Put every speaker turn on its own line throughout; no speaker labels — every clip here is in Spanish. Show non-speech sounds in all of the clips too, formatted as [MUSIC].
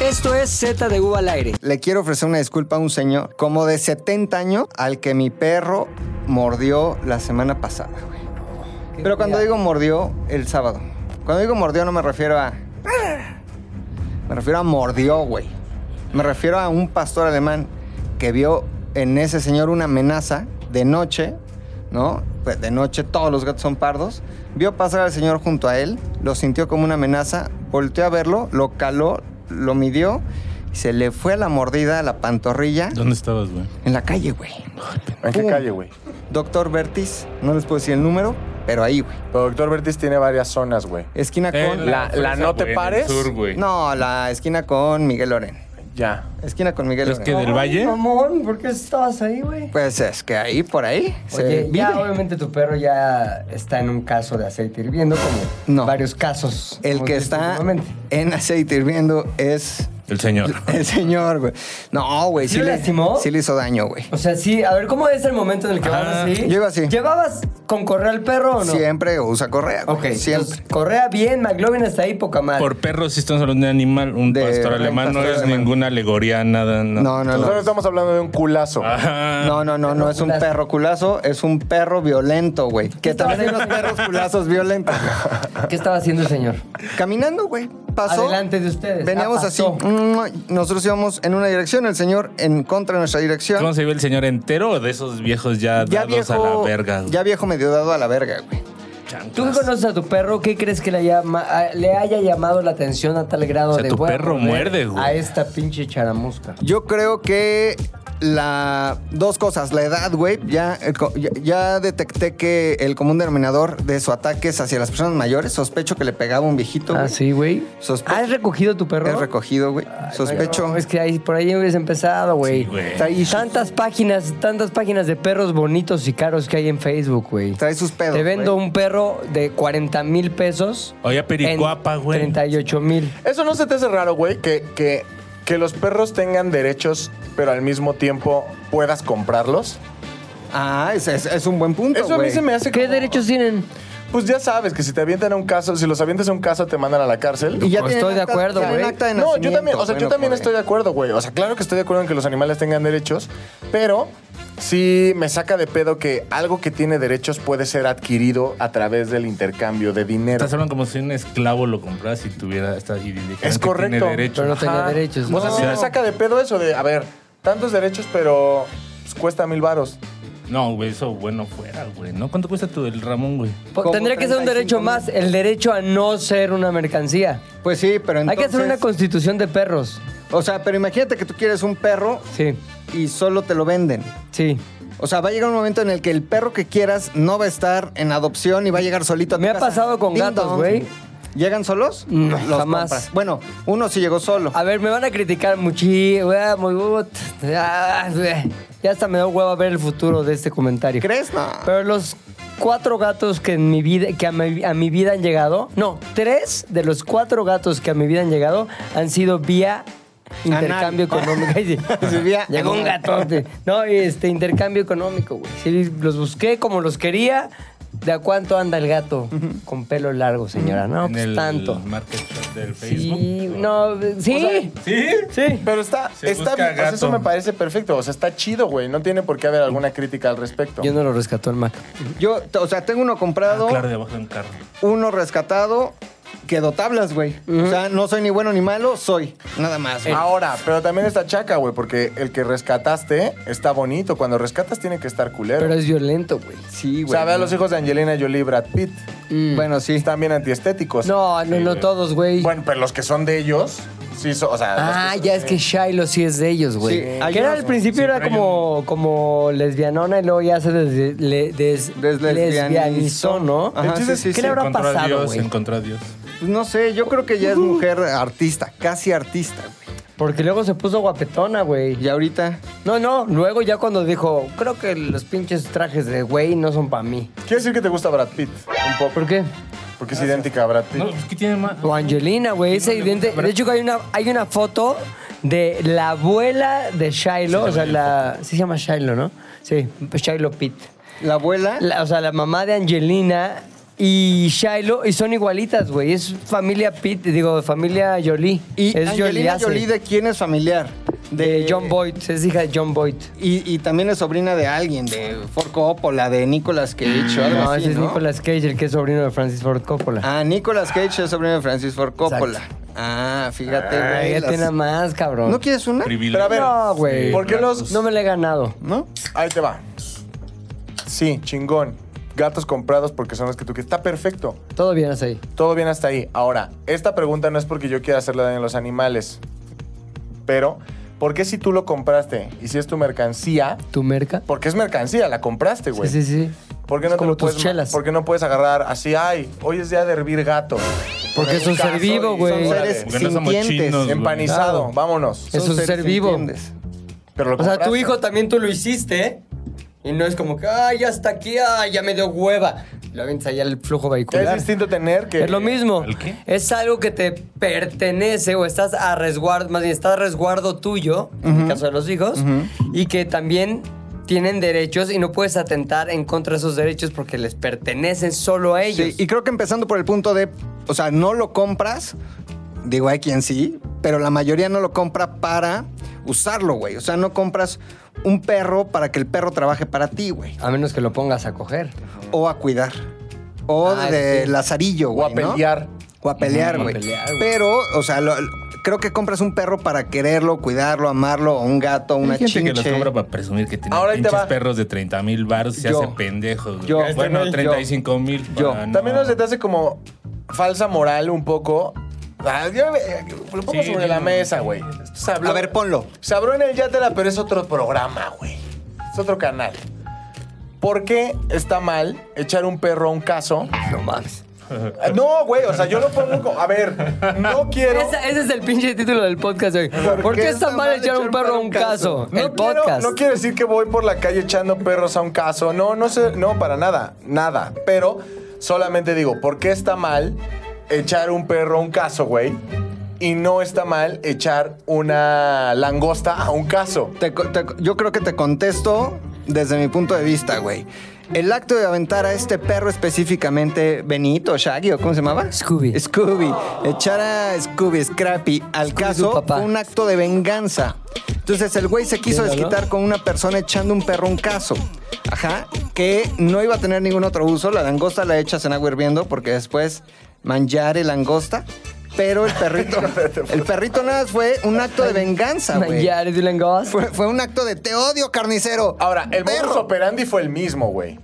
Esto es Z de U al aire.
Le quiero ofrecer una disculpa a un señor como de 70 años al que mi perro mordió la semana pasada. güey. Pero cuando digo mordió, el sábado. Cuando digo mordió no me refiero a... Me refiero a mordió, güey. Me refiero a un pastor alemán que vio en ese señor una amenaza de noche, ¿no? Pues de noche todos los gatos son pardos. Vio pasar al señor junto a él, lo sintió como una amenaza, volteó a verlo, lo caló, lo midió y se le fue la mordida a la pantorrilla
¿Dónde estabas, güey?
en la calle, güey.
¿En qué
Pum.
calle, güey?
Doctor Bertis, no les puedo decir el número, pero ahí, güey.
Pero Doctor Bertis tiene varias zonas, güey.
Esquina con...
Eh,
la- la no
güey,
te
en el
pares.
sur, güey.
No, la esquina con Miguel Loren.
Ya.
Esquina con Miguel
¿Es
Loren.
que del Valle?
Mamón, ¿por qué estabas ahí, güey?
Pues es que ahí, por ahí. se
Oye,
vive.
ya obviamente tu perro ya está en un caso de aceite hirviendo, como
No.
varios casos.
El
hemos
que
visto
está
últimamente.
en aceite hirviendo es
El señor.
el [LAUGHS] señor, güey. No, güey.
¿Sí lo lastimó?
Sí le hizo daño, güey.
O sea, sí, a ver, ¿cómo es el momento en el que vas
Ajá.
así?
Yo iba así.
¿Llevabas con correa al perro o no?
Siempre usa correa. güey.
Ok,
siempre.
entonces, correa bien, McLovin hasta ahí, poca madre.
Por perros sí estamos hablando de animal. Un
De-
pastor
un
alemán no
pastor
es
alemán.
ninguna alegoría, nada. No. Ah,
No, no,
Nosotros
no.
estamos hablando de un culazo.
Ajá.
No, no, no, no es un
Perro
perro culazo, es un perro violento, güey. Que también hay unos perros
[LAUGHS]
culazos violentos. güey.
¿Qué estaba haciendo el señor?
Caminando, güey. Pasó.
Adelante de ustedes.
Veníamos
Ah,
así.
pasó.
mm, Nosotros íbamos en una dirección, el señor en contra de nuestra dirección.
¿Cómo se ve el señor entero o de esos viejos ya,
ya
dados
viejo,
a la verga? güey?
ya viejo medio dado a la verga, güey.
Chanclas.
¿Tú que conoces a tu perro? ¿Qué crees que le, haya ma- a- le haya llamado la atención a tal grado
O sea,
de
tu
"Voy a
perro
morder
muerde, güey".
A esta pinche charamusca.
Yo creo que la dos cosas, la edad, güey, ya, eh, co- ya, ya detecté que el común denominador de su ataque es hacia las personas mayores. Sospecho que le pegaba un viejito.
Ah,
güey.
sí, Ah, güey.
Sospe-
¿Has recogido tu perro?
Es recogido, güey. Sospecho.
No, es que ahí, por ahí hubiese empezado, güey.
Sí, güey.
Trae issues.
tantas páginas, tantas páginas de perros bonitos y caros que hay en Facebook, güey.
Trae sus pedos.
Te vendo
güey.
un perro de 40 mil pesos.
Oye, a Pericuapa,
en
güey.
38 mil.
Eso no se te hace raro, güey, que, que, que los perros tengan derechos, pero al mismo tiempo puedas comprarlos.
Ah, es, es- es un buen punto.
Eso a mí
güey.
se me hace
¿Qué
como-
derechos tienen?
Pues ya sabes que si te avientan a un caso, si los avientas a un caso, te mandan a la cárcel.
Y ya
Pues Estoy
tienen
de
acta-
acuerdo,
tienen
güey.
acta de
No, yo
nacimiento,
también, o sea, yo
bueno,
también
pobre.
estoy de acuerdo, güey. O sea, claro que estoy de acuerdo en que los animales tengan derechos, pero sí me saca de pedo que algo que tiene derechos puede ser adquirido a través del intercambio de dinero.
Estás hablando como si un esclavo lo compras y tuviera esta y dijeran que
Es correcto.
Tiene derecho.
Pero no tenía derechos.
O sea,
No.
sí me saca de pedo eso de, a ver, tantos derechos, pero pues, cuesta mil varos.
No, güey, eso bueno fuera, güey. ¿No? ¿Cuánto cuesta tu el Ramón, güey?
Po-
Como
Tendría que ser un
35
derecho
mil.
más, el derecho a no ser una mercancía.
Pues sí, pero entonces.
Hay que hacer una constitución de perros.
O sea, pero imagínate que tú quieres un perro
Sí,
y solo te lo venden.
sí.
O sea, va a llegar un momento en el que el perro que quieras no va a estar en adopción y va a llegar solito a tu
Me ha
casa.
pasado con
Ding
gatos,
dong.
güey.
¿Llegan solos?
No, jamás. Ah,
Bueno, uno sí llegó solo.
A ver, me van a criticar muchísimo. Ah, Ya hasta me da hueva ver el futuro de este comentario.
¿Crees? No.
Pero los cuatro gatos que en mi vida, que a mi, a mi vida han llegado, no, tres de los cuatro gatos que a mi vida han llegado han sido vía intercambio
Anal.
económico. [LAUGHS] Ay, sí.
[LAUGHS] Sí, vía
Llegó un
anal.
gatote. No, y este intercambio económico, güey. Sí, los busqué como los quería. ¿De a cuánto anda el gato con pelo largo, señora? No,
en
pues
el
tanto.
marketplace del Facebook.
Sí, no, sí.
¿Sí?
Sí.
Pero está,
Se
está
busca
bien, o sea, eso
gato.
me parece perfecto. O sea, está chido, güey. No tiene por qué haber alguna crítica al respecto.
Yo no lo rescató el Mac.
Yo, t- o sea, tengo uno comprado,
Ah, claro, debajo de un carro.
uno rescatado, quedó tablas, güey. O sea, no soy ni bueno ni malo, soy. Nada más,
Ah,
güey.
Ahora, pero también está chaca, güey, porque el que rescataste está bonito. Cuando rescatas tiene que estar culero.
Pero es violento, güey.
Sí,
o
güey.
sea, ve a los hijos de Angelina Jolie y Brad Pitt.
Mm.
Bueno, sí.
Están bien antiestéticos.
No, no, no todos, güey.
Bueno, pero los que son de ellos, sí, son- o sea... los
Ah,
son
ya
de-
es que Shiloh sí es de ellos, güey.
Sí, hay
que era
unos-
al principio era
pero hay
como, como lesbianona y luego ya se des, le- des-
Deslesbianizó.
lesbianizó, ¿no?
Ah,
Ajá,
Entonces,
sí, sí,
¿Qué
sí.
le habrá
Encontró a
pasado,
Dios,
güey?
encontró a Dios.
Pues no sé, yo creo que ya es mujer artista, casi artista, güey.
Porque luego se puso guapetona, güey.
Y ahorita,
No, no, luego ya cuando dijo, creo que los pinches trajes de güey no son para mí.
Quiere decir que te gusta Brad Pitt un poco.
¿Por qué?
Porque es idéntica a Brad Pitt.
No, pues ¿qué tiene más?
O Angelina, güey, ese idente. De hecho, hay una, hay una foto de la abuela de Shiloh, o sea, la. Sí se llama Shiloh, ¿no? Sí, Shiloh Pitt.
la abuela.
La- o sea, la mamá de Angelina y Shiloh y son igualitas, güey. Es familia Pitt, digo, familia Jolie.
Y
es
Angelina
Joliace.
Jolie, ¿de quién es familiar?
de John Boyd, es hija de John Boyd.
Y, y también es sobrina de alguien, de Ford Coppola, de Nicolas Cage o algo
Ah, No,
así,
ese es
¿no?
Nicolas Cage, el que es sobrino de Francis Ford Coppola.
Ah, Nicolas Cage es sobrino de Francis Ford Coppola. Ah, fíjate.
Ay,
güey,
ya
las-
tiene más, cabrón.
¿No quieres una?
Privilegio.
Pero a ver,
No, güey.
¿por qué los-
No me la he ganado.
¿No?
Ahí te va. Sí, chingón. Gatos comprados porque son los que tú quieres. Está perfecto.
Todo bien hasta ahí.
Todo bien hasta ahí. Ahora, esta pregunta no es porque yo quiera hacerle daño a los animales. Pero, ¿por qué si tú lo compraste y si es tu mercancía?
¿Tu merca?
Porque es mercancía, la compraste, güey.
Sí, sí, sí.
¿Por qué no
Es
te
como
lo
tus
puedes, ma-
chelas.
¿Por qué no puedes agarrar así? Ay, hoy es día de hervir gato.
Porque es un
Caso
ser vivo,
y-
güey.
Son
Seres
seres
Porque no somos
sintientes.
chinos, güey.
empanizado,
Claro.
vámonos.
Es un
seres
ser vivo.
sintientes.
Pero lo
O sea, tu
compraste.
hijo también tú lo hiciste, ¿eh? Y no es como que, ay, ya está aquí, ay, ya me dio hueva. Lo avientas allá al flujo
Es
vehicular.
distinto tener que.
Es lo mismo.
¿El qué?
Es algo que te pertenece o estás a resguardo, más bien estás a resguardo tuyo, en el caso de los hijos, y que también tienen derechos y no puedes atentar en contra de esos derechos porque les pertenecen solo a ellos.
Sí, y creo que empezando por el punto de, o sea, no lo compras, digo, hay quien sí, pero la mayoría no lo compra para usarlo, güey. O sea, no compras un perro para que el perro trabaje para ti, güey.
A menos que lo pongas a coger.
O a cuidar. O
Ah,
de
sí.
lazarillo,
O a
güey. ¿no?
pelear.
O a pelear,
Ujú, a
güey.
pelear, güey.
Pero, o sea, lo- creo que compras un perro para quererlo, cuidarlo, amarlo, o un gato, una
Hay gente
chinche.
que los compra para presumir que tiene
Ahora ahí te
pinches
va.
perros de 30 mil baros y se
Yo.
hace pendejo. güey.
Yo. Este
Bueno,
güey, yo.
35 mil. pues, ah,
Yo.
También no se te hace como falsa moral un poco. Ah, yo, eh, Lo pongo
Sí,
sobre la
no,
mesa,
sí.
güey. Esto se habló-
A ver, ponlo.
Se habló en el Yatela, pero es otro programa, güey. Es otro canal. ¿Por qué está mal echar un perro a un caso?
No mames.
Ah, No, güey, o sea, yo lo pongo como... A ver,
[LAUGHS]
no quiero...
Esa- ese es el pinche título del podcast de hoy. ¿Por, qué está mal echar un perro a un caso?
No
el
quiero,
podcast.
no quiero decir que voy por la calle echando perros a un caso. No, no sé, no, para nada, nada. Pero solamente digo, ¿por qué está mal echar un perro a un caso, güey? Y no está mal echar una langosta a un caso.
Te co- te co- yo creo que te contesto desde mi punto de vista, güey. El acto de aventar a este perro específicamente, Benito, Shaggy, ¿o cómo se llamaba?
Scooby.
Scooby. Echar a Scooby, Scrappy, al
Scooby,
caso,
tu papá.
fue un acto de venganza. Entonces el güey se quiso
Entiendo, ¿no?
desquitar con una persona echando un perro a un caso. Ajá. Que no iba a tener ningún otro uso. La langosta la echas en agua hirviendo porque después mangiare langosta. Pero el perrito, el perrito nada más fue un acto de venganza, güey.
Mangiare de langosta.
Fue, fue un acto de te odio, carnicero.
Ahora, el modus
perro.
operandi fue el mismo, güey.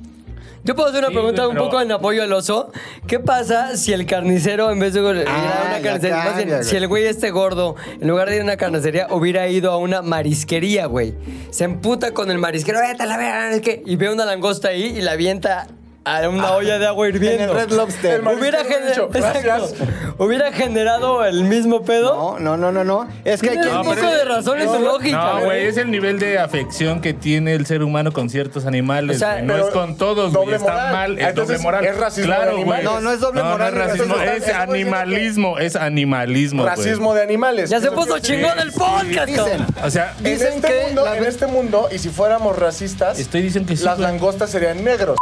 Yo puedo hacer una
Sí,
pregunta
güey,
un
pero-
poco en apoyo al oso. ¿Qué pasa si el carnicero, en vez de ir
Ah,
a una
ya
carnicería, más bien,
cambia, güey.
si el güey este gordo, en lugar de ir a una carnicería, hubiera ido a una marisquería, güey? Se emputa con el marisquero, vete a la verga", es que- y ve una langosta ahí y la avienta a una olla de agua hirviendo.
Ah, en el Red Lobster. El
marisquero
hubiera,
hubiera
gener-
dicho, "Gracias".
Exacto. Hubiera generado el mismo pedo.
No, no, no, no, no. Es que hay
Tiene
quien
pero
un poco
dice.
es-
de razón en su lógica.
No, güey, es el nivel de afección que tiene el ser humano con ciertos animales.
O sea,
güey. no
pero
es con todos, güey.
doble
Está
moral.
mal, es
Entonces,
doble moral.
¿es racismo de
claro,
animales?
güey.
No, no es doble moral,
No, no es racismo,
entonces
está-
es
estamos diciendo que-
animalismo, es animalismo, güey.
Racismo de animales.
ya se
Eso es lo
puso
que-
chingón el podcast,
Dicen,
cabrón.
O sea,
En
Dicen
este
que
mundo,
la-
en este mundo, y si fuéramos racistas,
Estoy diciendo que sí,
las
güey.
langostas serían negros.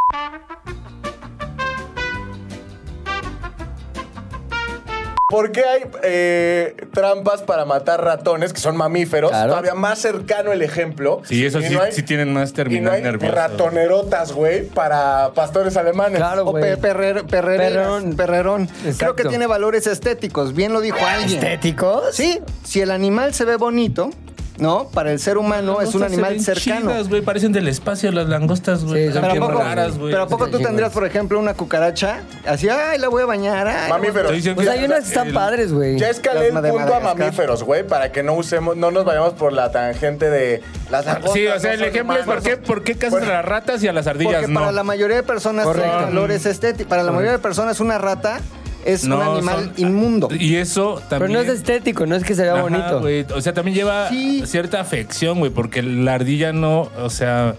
¿Por qué hay eh, trampas para matar ratones, que son mamíferos?
Claro.
Todavía más cercano el ejemplo.
Sí, eso
Y
sí- sí tienen más
y no
terminal
hay
nervioso.
ratonerotas, güey, para pastores alemanes.
Claro,
O "Oh, pe-
güey.
perrer- perrereras,
Perrerón.
perrerón. Creo
Exacto.
que tiene valores estéticos. Bien lo
Ah,
dijo alguien.
¿Estéticos?
Sí, si el animal se ve bonito, ¿no? Para el ser humano es un
Langostas se
animal
ven
cercano.
chidas, güey, parecen del espacio las langostas, güey.
Sí,
pero,
son
Están
¿a
bien
bien
poco,
raras, güey.
pero ¿a poco tú
Chingones.
tendrías, por ejemplo, una cucaracha? Así, ay, la voy a bañar. ay,
Mamíferos.
Estoy diciendo
Pues
que-
hay unas que están
el-
padres, güey.
Ya escalé el
Las de
punto a
Madagascar.
mamíferos, güey, para que no usemos, no nos vayamos por la tangente de las langostas.
Sí, o sea,
no
el
son
ejemplo es por
humanos,
qué,
no-
por qué cazas
Bueno,
a las ratas y a las ardillas
Porque
no.
para la mayoría de personas tiene
Correcto.
valores estéticos. Para la mayoría de personas una rata es un animal
son-
inmundo.
Y eso
Pero
también.
no es estético, no es que se vea
Ajá,
bonito.
güey. O sea, también lleva
Sí.
cierta afección, güey, porque la ardilla no, o sea,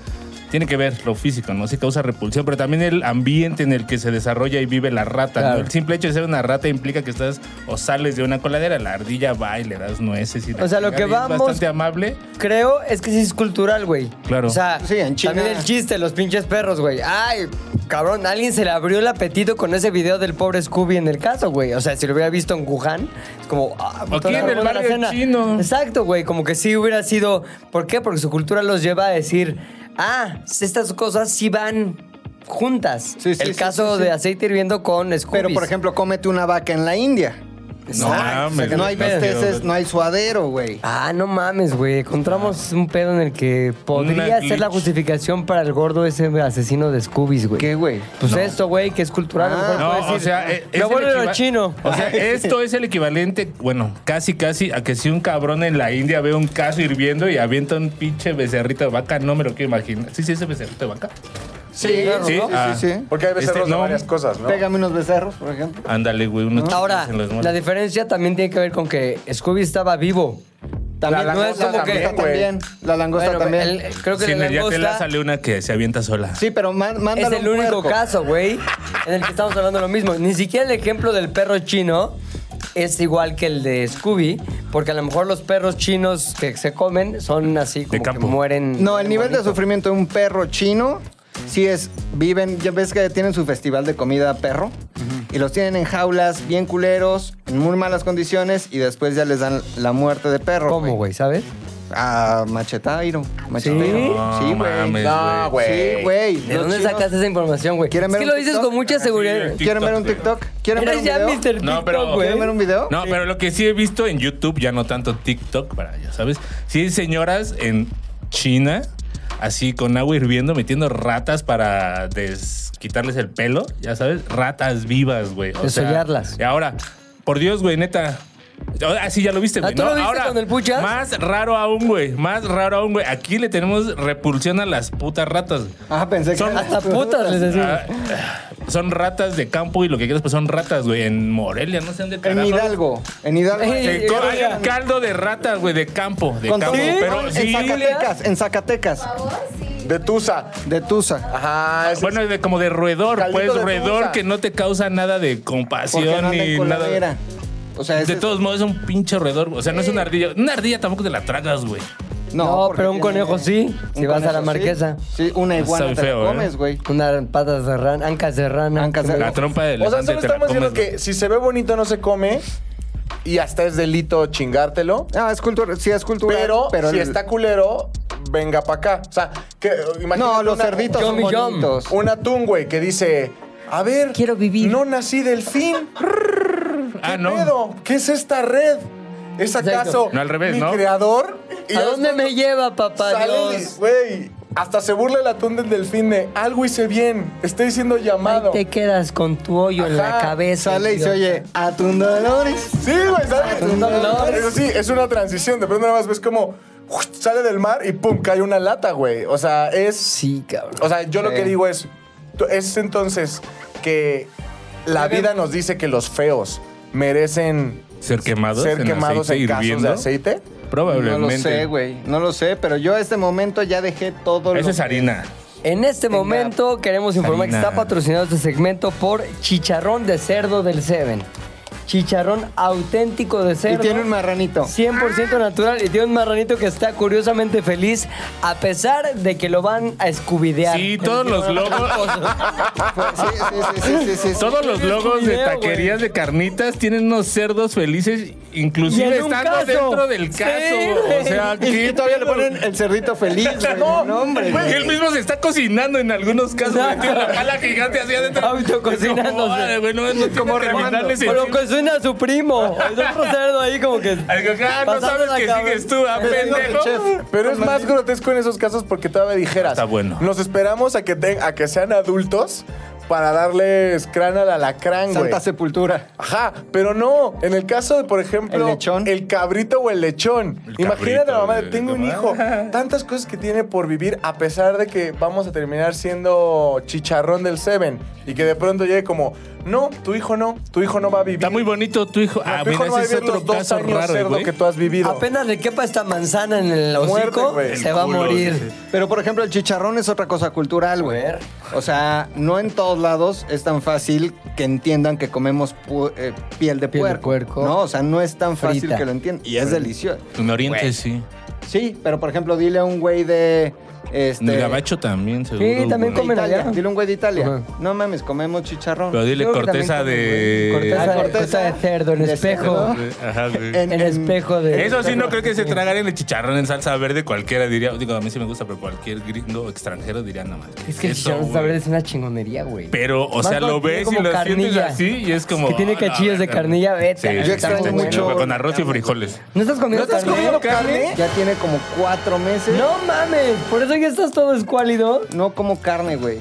tiene que ver lo físico, ¿no? Sí causa repulsión, pero también el ambiente en el que se desarrolla y vive la rata, ¿no?
Claro.
El simple hecho de ser una rata implica que estás o sales de una coladera, la ardilla va y le das nueces y la
O sea, lo
chingada,
que
y es
vamos-
bastante amable.
Creo es que sí es cultural, güey.
Claro.
O sea,
Sí, en China.
también el chiste, los pinches perros, güey. Ay, cabrón, alguien se le abrió el apetito con ese video del pobre Scooby en el caso, güey. O sea, si lo hubiera visto en Wuhan, es como... Ah,
Aquí
puta,
en
la
el
buena
barrio chino.
Exacto, güey. Como que sí hubiera sido... ¿Por qué? Porque su cultura los lleva a decir... Ah, estas cosas sí van juntas.
Sí, sí,
el
sí,
caso
sí, sí.
de aceite hirviendo con Scooby.
Pero, por ejemplo, cómete una vaca en la India.
No mames,
no hay
güey, estás
besteces,
pedo.
no hay suadero, güey.
Ah, no mames, güey. Encontramos un pedo en el que podría
Ah. Una
ser la
glitch.
justificación para el gordo ese asesino de Scoobies, güey.
¿Qué, güey?
Pues esto, güey, que es cultural.
Ah.
a lo
[LAUGHS]
mejor
No,
puede
o
decir,
sea, e-
me
es el
vuelvo lo
equiva-
chino.
O
[LAUGHS]
sea, esto es el equivalente, bueno, casi casi a que si un cabrón en la India ve un caso hirviendo y avienta un pinche becerrito de vaca, no me lo quiero imaginar. Sí, sí, ese becerrito de vaca.
Sí, claro,
sí,
¿no?
ah.
sí, sí.
Porque hay becerros
Este,
de
no.
varias cosas, ¿no?
Pégame unos becerros, por ejemplo.
Ándale, güey, unos chiles
Ahora,
en los
la
mueles.
diferencia también tiene que ver con que Scooby estaba vivo. También
la
no es
langosta
como que.
también,
güey.
también. La langosta
Bueno,
también.
el- el- creo que
Sí, en
la
el Yatela
langosta
sale una que se avienta sola.
Sí, pero man-
es
mándalo
el
un
único
puerco.
caso, güey, en el que estamos hablando lo mismo. Ni siquiera el ejemplo del perro chino es igual que el de Scooby, porque a lo mejor los perros chinos que se comen son así como que
campo.
mueren.
No, el nivel de
bonito.
sufrimiento de un perro chino, sí es, viven, ya ves que tienen su festival de comida perro, y los tienen en jaulas bien culeros, en muy malas condiciones, y después ya les dan la muerte de perro.
¿Cómo, güey? ¿Sabes?
A machetairo. Machetairo.
No,
Sí,
mames,
güey.
No, güey.
Sí, güey.
¿De
Los
dónde
chinos-
sacaste esa información, güey?
¿Quieren
Es
ver
que
un
lo dices
TikTok?
con mucha
Así,
seguridad.
el
¿Quieren ver un
TikTok,
TikTok? ¿Quieren ver
Eres
un
ya
video?
Mr.
No, pero-
TikTok, güey.
¿Quieren ver un video?
No, pero lo que sí he visto en YouTube, ya no tanto TikTok, para ya sabes. Sí hay señoras en China, así con agua hirviendo, metiendo ratas para des- quitarles el pelo, ya sabes. Ratas vivas, güey. O sea,
Desollarlas.
Y ahora, por Dios, güey, neta. Ah, sí, ya lo viste,
¿Ah,
güey.
tú
¿no?
lo viste
Ahora,
con el Puchas?
Más raro aún, güey. Más raro aún, güey. Aquí le tenemos repulsión a las putas ratas.
Ah, pensé que...
Son-
eran
Hasta putas les decimos.
Ah, son ratas de campo y lo que quieras, pues son ratas, güey. En Morelia, no sé
[LAUGHS]
dónde
En
carajo.
Hidalgo. En Hidalgo.
Ey,
Que
Eh,
corra
oigan.
el caldo de ratas, güey, de campo. De
Con
campo.
todo.
Pero
en
sí,
Zacatecas, en Zacatecas,
favor, sí.
De Tusa.
de Tusa.
Ajá. ese-
bueno, de, como de roedor,
Caldito
pues
de
roedor
tusa.
que no te causa nada de
Porque
compasión
no anda
ni
en coladera.
nada.
O sea, ese
De
es-
todos modos, es un pinche roedor. O sea, no es una ardilla. Una ardilla tampoco te la tragas, güey.
No,
porque
pero un conejo sí, si
un
vas a
conejo
la
sí.
marquesa.
Sí, una iguana
Sabe
te la
feo, ¿eh?
comes, güey.
Unas patas de rana, ancas de rana.
Ancas de
Que me-
rana.
La trompa de
O sea,
elefante
solo
te la
estamos diciendo
comes, güey.
que si se ve bonito no se come y hasta es delito chingártelo.
Ah, es cultura, sí es cultura.
Pero, si
el-
está culero, venga para acá. O sea, que eh, imagínate
No, los
una-
cerditos son
Yum, yum.
bonitos.
Un atún, güey, que dice, a ver,
Quiero vivir.
No nací delfín.
Ah,
¿Qué
no.
pedo? ¿Qué es esta red? ¿Es acaso
No, al revés,
mi
¿no?
creador?
¿A
ya
dónde me lleva, papá
sale,
Dios?
güey? Hasta se burla el atún del delfín de algo hice bien, estoy siendo
Ahí
llamado.
te quedas con tu hoyo en la
Ajá,
cabeza.
Sale y se
idiota.
oye, atún dolores.
Sí, güey,
Ah,
sale.
pues
Atún
dolores.
Eso sí, es una transición. De pronto nada más ves como ¡jush! sale del mar y pum, cae una lata, güey. O sea, es.
Sí, cabrón.
O sea, yo lo
Sí.
que digo es. tú- Es entonces que la vida nos dice que los feos merecen
Ser quemados.
ser quemados en
aceite
casos de
hirviendo.
aceite.
Probablemente.
No lo sé, güey. No lo sé, pero yo a este momento ya dejé todo lo
Eso es
que-
harina.
En este momento queremos informar que
Harina.
está patrocinado este segmento por Chicharrón de Cerdo del Seven. Chicharrón auténtico de
Y
cerdo.
tiene un marranito.
100% natural y tiene un marranito que está curiosamente feliz a pesar de que lo van a escubidear.
Sí, todos los logos.
Ah, Sí, sí, sí, sí, sí, sí, sí.
Todos los logos de
video,
taquerías de carnitas tienen unos cerdos felices,
Y
inclusive
en un
estando
caso.
dentro del
Sí,
caso.
güey.
o
[LAUGHS]
sea,
Y
¿qué
y todavía le
pedo?
ponen el cerdito feliz, güey.
No,
No, hombre.
Güey, él mismo se está cocinando en algunos casos.
Exacto.
güey, Tiene la pala gigante así adentro.
Autococinándose.
Como, "Órale, güey, no, no como terminales
O lo
encima".
que suena a
[LAUGHS]
su primo. Es otro cerdo ahí como que.
Ay, que, "Ah, no
pasando
sabes
la
que
cabeza".
sigues tú, ah, pendejo.
Pero es más grotesco en esos casos porque todavía dijeras.
Pues Está bueno.
Nos esperamos a que, te- a que sean adultos para darles crán al alacrán, güey.
Santa Sepultura.
Ajá, pero no. En el caso de, por ejemplo,
El lechón.
el cabrito o el lechón.
El
Imagínate
cabrito,
a la mamá de,
güey,
tengo un
¿no? [LAUGHS]
hijo. Tantas cosas que tiene por vivir a pesar de que vamos a terminar siendo chicharrón del Seven. Y que de pronto llegue como, No, tu hijo no. Tu hijo no va a vivir.
Está muy bonito tu hijo.
No,
ah,
tu hijo
mira,
no va a
ese es
vivir
otro
los dos
caso
años
raro,
cerdo
güey.
que tú has vivido.
Apenas le quepa esta manzana en el
Muerte,
hocico,
güey.
se va a
Culo,
morir.
dice.
Pero por ejemplo, el chicharrón es otra cosa cultural, güey.
ver.
O sea, no en todos lados es tan fácil que entiendan que comemos pu- eh, piel de
Piel de
puerco.
puerco.
No, o sea, no es tan fácil
Frita.
que lo entiendan. Y es delicioso.
En Oriente sí.
Sí, pero por ejemplo, dile a un güey de.
En el
Este,
gabacho también, seguro.
también
güey.
come- comen
Italia.
allá.
Dile a un güey de Italia.
Ajá.
No mames, comemos chicharrón.
Pero dile
Creo que
corteza
también come,
de...
Corteza
Ah,
de- Eh,
corteza de cerdo, en
de
espejo.
cerdo.
Ajá,
[LAUGHS]
güey.
En-
En espejo de.
Eso sí, no creo que se tragaran el chicharrón en salsa verde cualquiera diría. Digo, a mí sí me gusta, pero cualquier gringo o extranjero diría nada más.
Es que el
eso,
chicharrón
güey?"
está verde es una chingonería, güey.
Pero, o sea,
cuando
lo
tiene
ves y
como
lo sientes
carnilla.
así y es como.
Que tiene
"Ah, la
cachillos de
verga".
carnilla, vete.
Sí,
Yo
sí,
extraño
sí,
mucho-
güey, Con arroz y frijoles.
¿No estás comiendo
¿No estás
carne?
comiendo carne? Ya tiene como cuatro meses.
No mames, por eso ya estás todo escuálido.
No como carne, güey.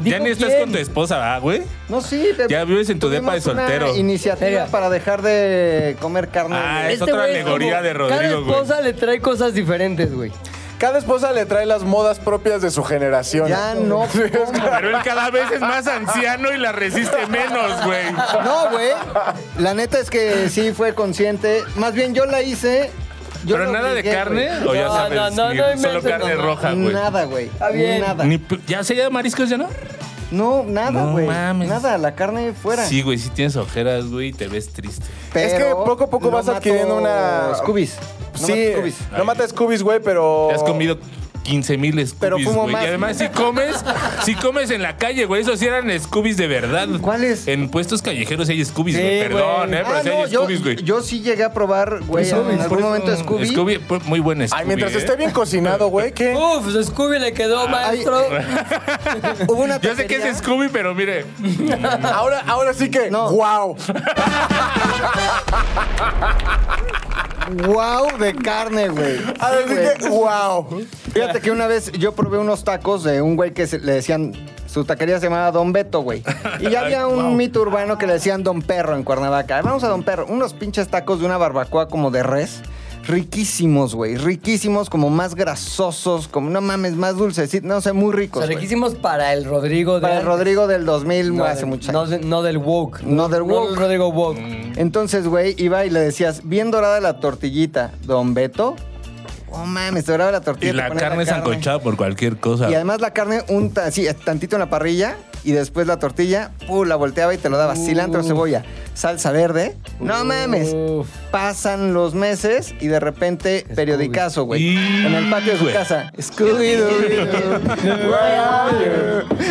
Ya
Digo,
ni estás
¿quién?
con tu esposa, ¿ah, güey?
No, sí. te-
Ya vives en tu depa de
tuvimos una
soltero.
iniciativa
Serio.
para dejar de comer carne.
Ah,
güey.
es otra
Este güey
alegoría
como-
de Rodrigo, güey.
Cada esposa le trae cosas diferentes, güey.
Cada esposa le trae las modas propias de su generación. [LAUGHS]
Ya no.
Pero él cada vez es más anciano y la resiste menos, güey.
[LAUGHS] No, güey. La neta es que sí fue consciente. Más bien yo la hice. Yo
Pero
la
nada de
obligué,
carne,
güey.
o ya
No,
sabes.
no, no,
ni-
no
solo
inventes,
carne
no, no.
roja, güey.
Nada, güey.
Está bien.
Nada.
Ni p- ¿Ya se llama mariscos ya no?
No, nada,
No
güey.
mames.
nada, la carne fuera.
Sí, güey, sí tienes ojeras, güey, y te ves triste.
Pero
Es que poco a poco
no
vas
mato
adquiriendo una-
Scoobies. No
sí,
mato Scoobies.
no mata Scoobies, güey, pero.
Te has comido 15 mil
Pero
Scoobies,
fumo
güey. Y
más.
además, si comes, si comes en la calle, güey, esos sí eran Scoobies de verdad.
¿Cuáles?
En puestos callejeros hay Scoobies,
Sí,
güey.
güey.
Perdón, eh, pero
Ah,
sí
no,
hay
yo,
Scoobies, güey.
yo sí llegué a probar, güey, en algún momento Scooby.
Scooby, pues, muy buen Scooby.
Ay, mientras
eh.
esté bien cocinado,
[LAUGHS]
güey, ¿qué?
Uf, su Scooby le quedó, maestro.
[LAUGHS] Hubo una
Yo sé que
taquería-
es Scooby, pero mire.
Ahora, ahora sí que.
No. [LAUGHS]
¡Wow!
Wow de carne, güey.
Ahora sí
güey.
que. ¡Wow!
Fíjate que una vez yo probé unos tacos de un güey que se- le decían. Su taquería se llamaba Don Beto, güey. Y ya había un
Wow.
mito urbano que le decían Don Perro en Cuernavaca. Vamos a Don Perro. Unos pinches tacos de una barbacoa como de res. Riquísimos, güey. Riquísimos, como más grasosos, como no mames, más dulcecitos. No sé, muy
O
ricos.
sea,
güey.
riquísimos para el Rodrigo de
Para el
antes.
Rodrigo del 2000,
No,
hace
del-
muchos
no
años.
de- no del woke.
No del woke.
No del Rodrigo woke.
Entonces, güey, iba y le decías, bien dorada la tortillita, don Beto. Oh, mames, dorada la
Y
tortilla. te
la
ponías
carne es ancochada por cualquier cosa.
Y además la carne, un ta- sí, tantito en la parrilla y después la tortilla, ¡pum! la volteaba y te lo daba. Cilantro, cebolla, salsa verde. No mames.
Uf.
Pasan los meses y de repente, periodicazo, güey.
Y-
En el patio de su
güey.
casa. Scooby-Doo.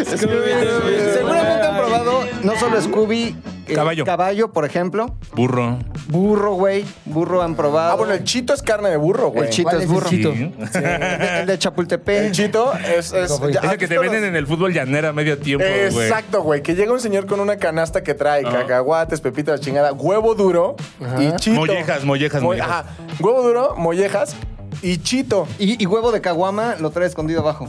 Scooby-Doo.
Seguramente han probado no solo Scooby, eh,
Caballo.
caballo, por ejemplo.
Burro.
Burro, güey. Burro han probado.
Ah, bueno, el chito es carne de burro, güey.
El chito
¿Cuál
es
es el
burro.
chito?
Sí.
El de- el de Chapultepec.
El chito es. es, ya,
Ah,
Es el que te venden en el fútbol llanera a medio tiempo, güey. Ah.
Exacto, güey. Que llega un señor con una canasta que trae cacahuates, pepitas, chingada, huevo duro y chito.
Mollejas, mollejas,
Mo-
mollejas.
Ajá. Huevo duro, mollejas y chito.
Y, y huevo de caguama lo trae escondido abajo.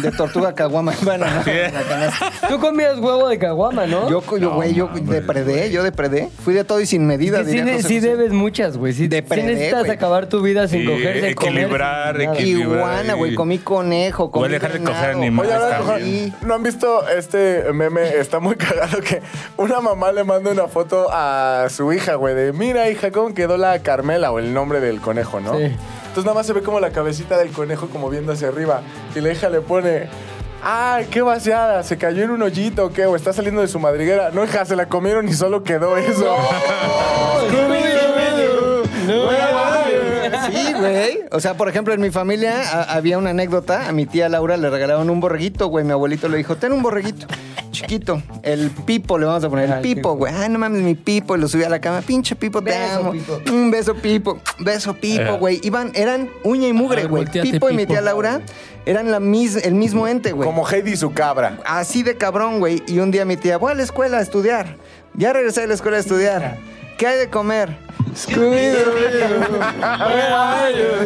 De tortuga
[LAUGHS]
caguama. Bueno, no, en la canasta.
Tú comías huevo de caguama, ¿no?
Yo, co- yo, güey, yo depredé, yo depredé. Fui de todo y sin medida.
Sí, sí,
diría
de-
José
sí
José.
debes muchas, güey. Sí,
De
sí
prender,
necesitas
güey.
acabar tu vida sin
Sí,
coger, sin
equilibrar,
comer, sin nada.
equilibrar.
Iguana, güey. Comí conejo. Comí
Voy a dejar de coger
venado.
animales
Oye, ahora,
también.
ojo, ¿no han visto este meme? Está muy [LAUGHS] cagado que una mamá le manda una foto a su hija, güey, de mira, hija, cómo quedó la Carmela o el nombre del conejo, ¿no?
Sí.
Entonces nada más se ve como la cabecita del conejo como viendo hacia arriba. Y la hija le pone, ay, qué vaciada, se cayó en un hoyito, o ¿qué? O está saliendo de su madriguera. No, hija, se la comieron y solo quedó eso. [LAUGHS]
Sí, güey. O sea, por ejemplo, en mi familia a- había una anécdota. A mi tía Laura le regalaron un borreguito, güey. Mi abuelito le dijo, ten un borreguito. Chiquito. El pipo, le vamos a poner. El
Ay,
pipo,
pipo.
güey. Ah, no mames, mi pipo. Y lo subí a la cama. Pinche pipo, te
Beso,
amo.
pipo.
Un beso, pipo. Beso, pipo,
Ajá.
güey. Iban, eran uña y
A
mugre,
ver,
güey. Pipo,
volteate,
y mi
Pipo.
tía Laura eran la mis- el mismo ente, güey.
Como Heidi y su cabra.
Así de cabrón, güey. Y un día mi tía, voy a la escuela a estudiar. Ya regresé de la escuela a estudiar. ¿Qué hay de comer? Scooby-Doo.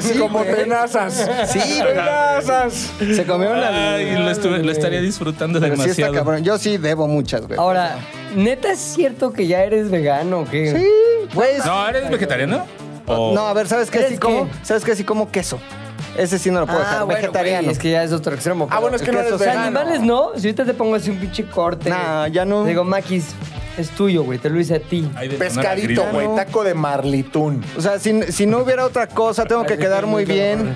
Sí,
como
güey.
tenazas.
Sí, güey.
Tenazas.
Se comió una.
Ay, lo, estuve- lo estaría disfrutando
Pero sí está
demasiado.
cabrón. Yo sí debo muchas, güey.
Ahora, ¿neta es cierto que ya eres vegano o qué?
Sí, güey.
no, ¿eres vegetariano? O-
No, a ver, ¿sabes qué?
¿Eres
Sí como,
qué?
¿Sabes qué? Sí como queso. Ese sí no lo puedo
Ah,
dejar.
bueno,
pues, Vegetariano.
güey, es que ya es otro extremo.
Ah,
pero-
bueno, es que no
queso
eres
O sea,
vegano.
animales no. Si ahorita te pongo así un pinche corte.
No, ya no.
Digo, Maquis,
Es tuyo, güey. Te lo hice a ti.
Hay de sonar a
Pescadito,
grito,
güey.
¿no?
Taco de marlitún.
O sea, si, si no hubiera otra cosa, tengo que quedar muy bien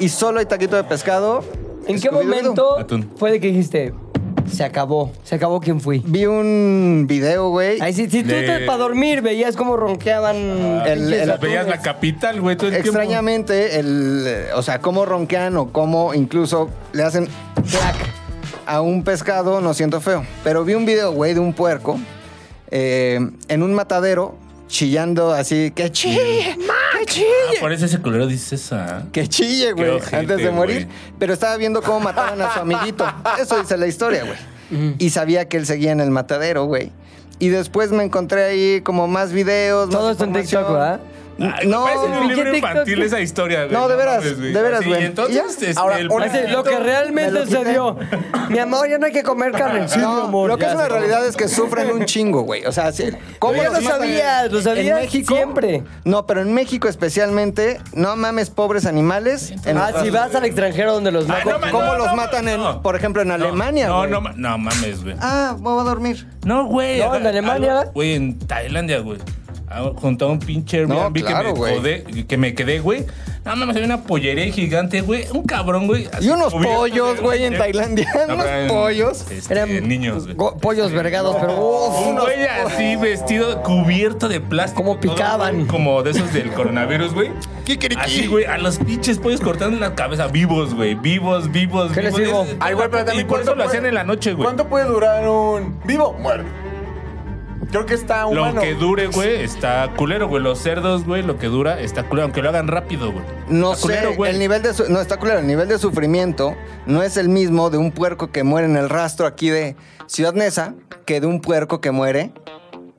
y solo hay taquito de pescado.
¿En qué
Scooby-Doo.
momento
Atún.
fue de que dijiste, se acabó, se acabó quien fui?
Vi un video, güey.
Ay, si, si tú
De-
para dormir veías cómo ronqueaban.
Ah,
el- el-
Las veías la capital, güey, todo el tiempo.
Extrañamente, el, eh, o sea, cómo ronquean o cómo incluso le hacen clac a un pescado, no siento feo. Pero vi un video, güey, de un puerco eh, en un matadero chillando así, que chille, que
Ah,
chille,
por eso ese culero dice esa.
que chille,
Qué
güey,
ojete,
antes de morir.
güey.
Pero estaba viendo cómo mataban a su amiguito. Eso dice la historia, güey. Y sabía que él seguía en el matadero, güey. Y después me encontré ahí como más videos. más
Todo esto en
información.
TikTok, ¿verdad?
Ay,
No,
Ah, parece un
pinche
libro
TikTok.
infantil esa historia, güey.
No, de veras,
mames,
de veras,
Así,
güey.
y Entonces,
¿Ya?
este,
Ahora,
el
una-
Así, lo que
Me
realmente
lo
se
quité.
dio.
Mi amor, ya no hay que comer carne. Sí, mi
No,
amor.
lo que
ya
es una
se acabó.
realidad es que sufren un chingo, güey. O sea, sí, ¿cómo
Ya
los
lo
matan?
sabías, lo sabías siempre.
No, pero en México especialmente, no mames, pobres animales. En
Ah,
otras-
si vas al extranjero donde los
Ay,
matan.
no,
¿Cómo,
ma-
cómo
no,
los
no,
matan, en,
no.
por ejemplo, en
No,
Alemania?
No,
güey?
no, ma- no mames, güey.
Ah, me voy a dormir.
No, güey.
No, en
a-
Alemania.
a- Güey, en Tailandia, güey. Ah, Junto a un pinche
No,
Airbnb
claro,
que, me
güey.
jodé- que me quedé, güey. No mames, había una pollería gigante, güey. Un cabrón, güey. así
Y unos
cubierto
pollos,
de-
güey, en Tailandia. [LAUGHS]
No,
unos
pero eran,
pollos.
este,
Eran
niños, güey.
go- pollos vergados, pero uf,
Un
unos-
güey así vestido, cubierto de plástico.
Como
todo,
picaban.
güey, como de esos del coronavirus, güey. Así, güey, a los pinches pollos cortando la cabeza vivos, güey. Vivos, vivos,
¿Qué les
vivos.
digo?
Es-
Ay, güey, Ah, pero
Y
también
por eso
¿cuánto
lo hacían
puede-
en la noche, güey.
¿Cuánto puede durar un vivo? Muerto. Creo que está humano.
Lo que dure, güey, está culero, güey. Los cerdos, güey, lo que dura está culero. Aunque lo hagan rápido, güey.
No
Está
sé,
culero, güey.
el nivel de su- no está culero, el nivel de sufrimiento no es el mismo de un puerco que muere en el rastro aquí de Ciudad Neza que de un puerco que muere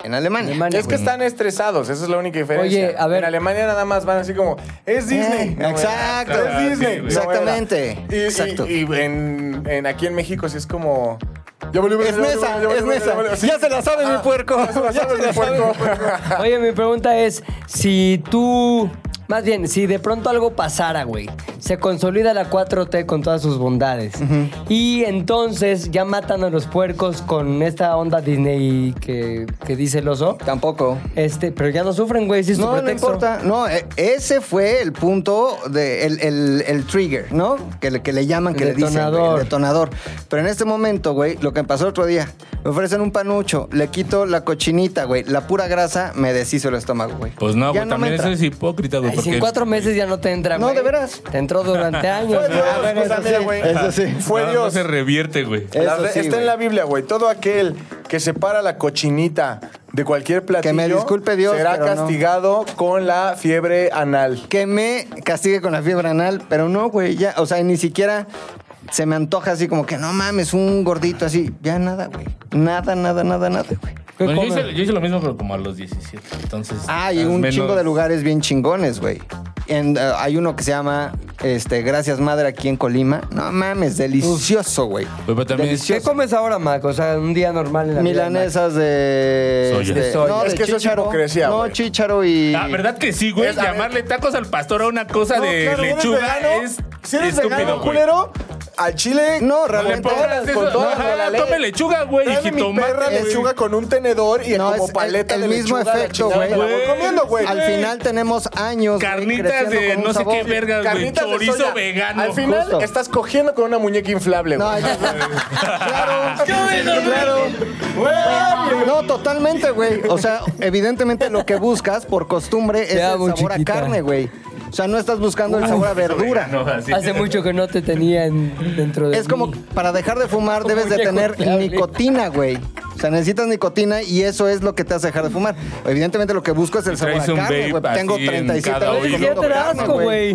en Alemania.
Alemania,
Es que están estresados, esa es la única diferencia.
Oye, a ver.
En Alemania nada más van así como, es Disney.
Eh,
No era.
exacto.
Es Disney.
Sí, güey.
No era.
Exactamente,
Y- y-
exacto.
Y, en, en- aquí en México sí es como... Ya volvió,
Es
ya volvió,
Nesa,
ya volvió,
es
ya volvió,
Nesa.
volvió. Sí.
Ya se la sabe mi
Ah,
puerco.
Ya se
[LAUGHS]
la sabe mi puerco.
Oye, mi pregunta es, si tú, más bien, si de pronto algo pasara, güey, se consolida la 4T con todas sus bondades y entonces ya matan a los puercos con esta onda Disney que, que dice el oso,
Tampoco.
este, pero ya no sufren, güey, si es tu
No, no
pretexto.
importa. No, e- ese fue el punto de el, el- el trigger, ¿no? Que le, que le llaman, que
El
le dicen. güey,
detonador.
el detonador. Pero en este momento, güey, lo que me pasó el otro día, me ofrecen un panucho, le quito la cochinita, güey, la pura grasa, me deshizo el estómago, güey.
Pues no,
Ya
güey,
me
también
entra.
eso es hipócrita, güey.
Ay, si en
porque-
cuatro meses ya no te entra,
No,
güey.
de veras.
Te entró durante años,
[LAUGHS] Fue
güey.
Dios,
Ah, bueno,
pues,
eso
ándale,
sí.
güey.
Eso sí.
Fue
No, no
Dios.
se revierte, güey.
La
Eso
re-
sí,
está
güey.
en la Biblia, güey. Todo aquel que separa la cochinita de cualquier platillo
me disculpe Dios,
será
pero no.
castigado con la fiebre anal.
Que me castigue con la fiebre anal, pero no, güey, ya, o sea, ni siquiera se me antoja así como que no mames, un gordito así. Ya nada, güey. Nada, nada, nada, nada, güey.
¿Qué
Bueno, yo,
comen?
hice, yo hice lo mismo, pero como a los 17. Entonces.
Ah, y
más
un
menos-
chingo de lugares bien chingones, güey. En, eh, hay uno que se llama este, Gracias Madre aquí en Colima. No mames, delicioso, güey.
Güey, pero también.
Delicioso.
¿Qué comes ahora, Mac? O sea, un día normal en la vida,
Milanesas de.
Soya.
este,
De
soya.
no,
Es
de
que eso es
chícharo.
hipocresía,
No,
güey.
chícharo y.
Ah, ¿verdad que sí, güey?
Es- a ver.
Llamarle tacos al pastor a una cosa
No,
de
claro, eres
lechuga
vegano.
es
si eres
estúpido,
vegano,
güey.
culero, al chile
No,
No le
realmente.
pongas eso.
con todo
Ajá,
lo de la ley.
tome lechuga, güey, y
Tráeme mi
jitomate,
perra
güey.
lechuga con un tenedor y
No,
como
es el-
paleta
el
de
mismo
lechuga, la
efecto,
chingada, me la
güey.
voy comiendo, güey.
Al final tenemos años. güey,
Carnitas
creciendo
de
con un
no sé
sabor.
qué vergas, güey.
Carnitas de soya.
Chorizo vegano.
Al final
Justo.
estás cogiendo con una muñeca inflable, güey.
No, ya-
[LAUGHS]
claro.
bueno,
claro. No, totalmente, güey. O sea, evidentemente lo que buscas por costumbre es
Te
el
amo,
sabor
chiquita.
a carne, güey. O sea, no estás buscando el sabor a verdura.
No, así.
Hace mucho que no te tenía en- dentro de
Es como
mí.
para dejar de fumar debes de
muñeco
tener
inflable.
nicotina, güey. O sea, necesitas nicotina y eso es lo que te hace dejar de fumar. Evidentemente lo que busco es el
Y
sabor
traes
a
un
carne,
vape
güey.
así
Tengo
en
37
cada
años
oído.
comiendo
Te da
carne,
asco, güey.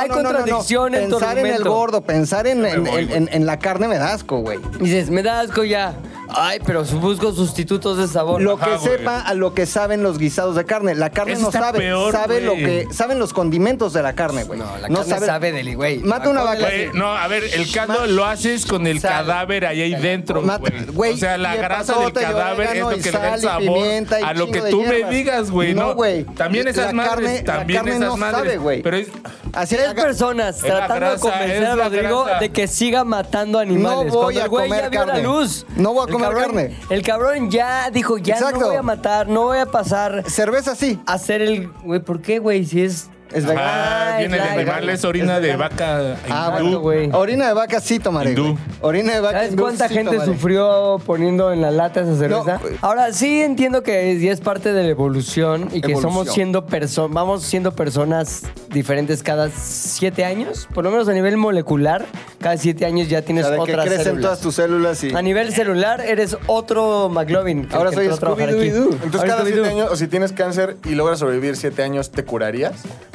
Hay contradicción en tu
Pensar en el
argumento.
gordo, pensar en, en-
voy, güey.
en- en- en la carne me da asco, güey.
Dices, me da asco ya. Ay, pero su- busco sustitutos de sabor.
Lo
Ajá,
que
güey.
sepa a lo que saben los guisados de carne. La carne
Eso
no
está
sabe.
peor,
sabe
güey.
lo que. Saben los condimentos de la carne, güey.
No, la carne sabe del- güey.
Mata una vaca.
Güey, no, a ver, el caldo lo haces con el cadáver ahí, ahí dentro,
Mata-
güey.
güey,
O sea, la
y el
grasa del
pasote, y
cadáver es
orégano,
lo
y
que le da el
sal, y
sabor
pimienta, y
a lo
chingo
que
de
tú me
hierbas.
digas, güey.
No,
No,
güey.
También
La
esas madres,
carne- la
también
carne
esas
no
madres.
sabe, güey.
Pero es
Así
Tres
haga-
personas
Es la
tratando de
grasa,
convencer
es
a
la
Rodrigo
grasa.
de que siga matando
No
animales.
voy
Cuando el
a
güey ya
comer
vio la
carne.
luz.
No voy a
El
comer
cabrón-
carne.
El cabrón ya dijo, ya
Exacto.
no voy a matar, no voy a pasar
Cerveza sí.
a hacer el... Güey, ¿por qué, güey? Si es...
Es vegano.
Ah,
Ah,
viene
es
de
vegano.
animales, orina
Es
de
vegano.
vaca.
Ah,
Exacto,
bueno.
hindú.
güey.
Orina de vaca sí tomaré.
Hindú.
güey. Orina de vaca
¿Sabes
hindú
cuánta
sí
gente
tomaré.
sufrió poniendo en la lata esa cerveza?
güey.
Ahora sí entiendo que es, y es parte de la evolución y que
Evolución.
somos siendo personas, vamos siendo personas diferentes cada siete años, por lo menos a nivel molecular, cada siete años ya
O
tienes
sea, de que
otras
crecen
células.
todas tus células y...
A nivel celular eres otro McLovin. que-
Ahora
que
soy
entró a trabajar aquí.
Scooby-Doo.
Entonces,
Ahora
cada siete
Scooby-Doo.
años, o si tienes cáncer y logras sobrevivir siete años, ¿te curarías?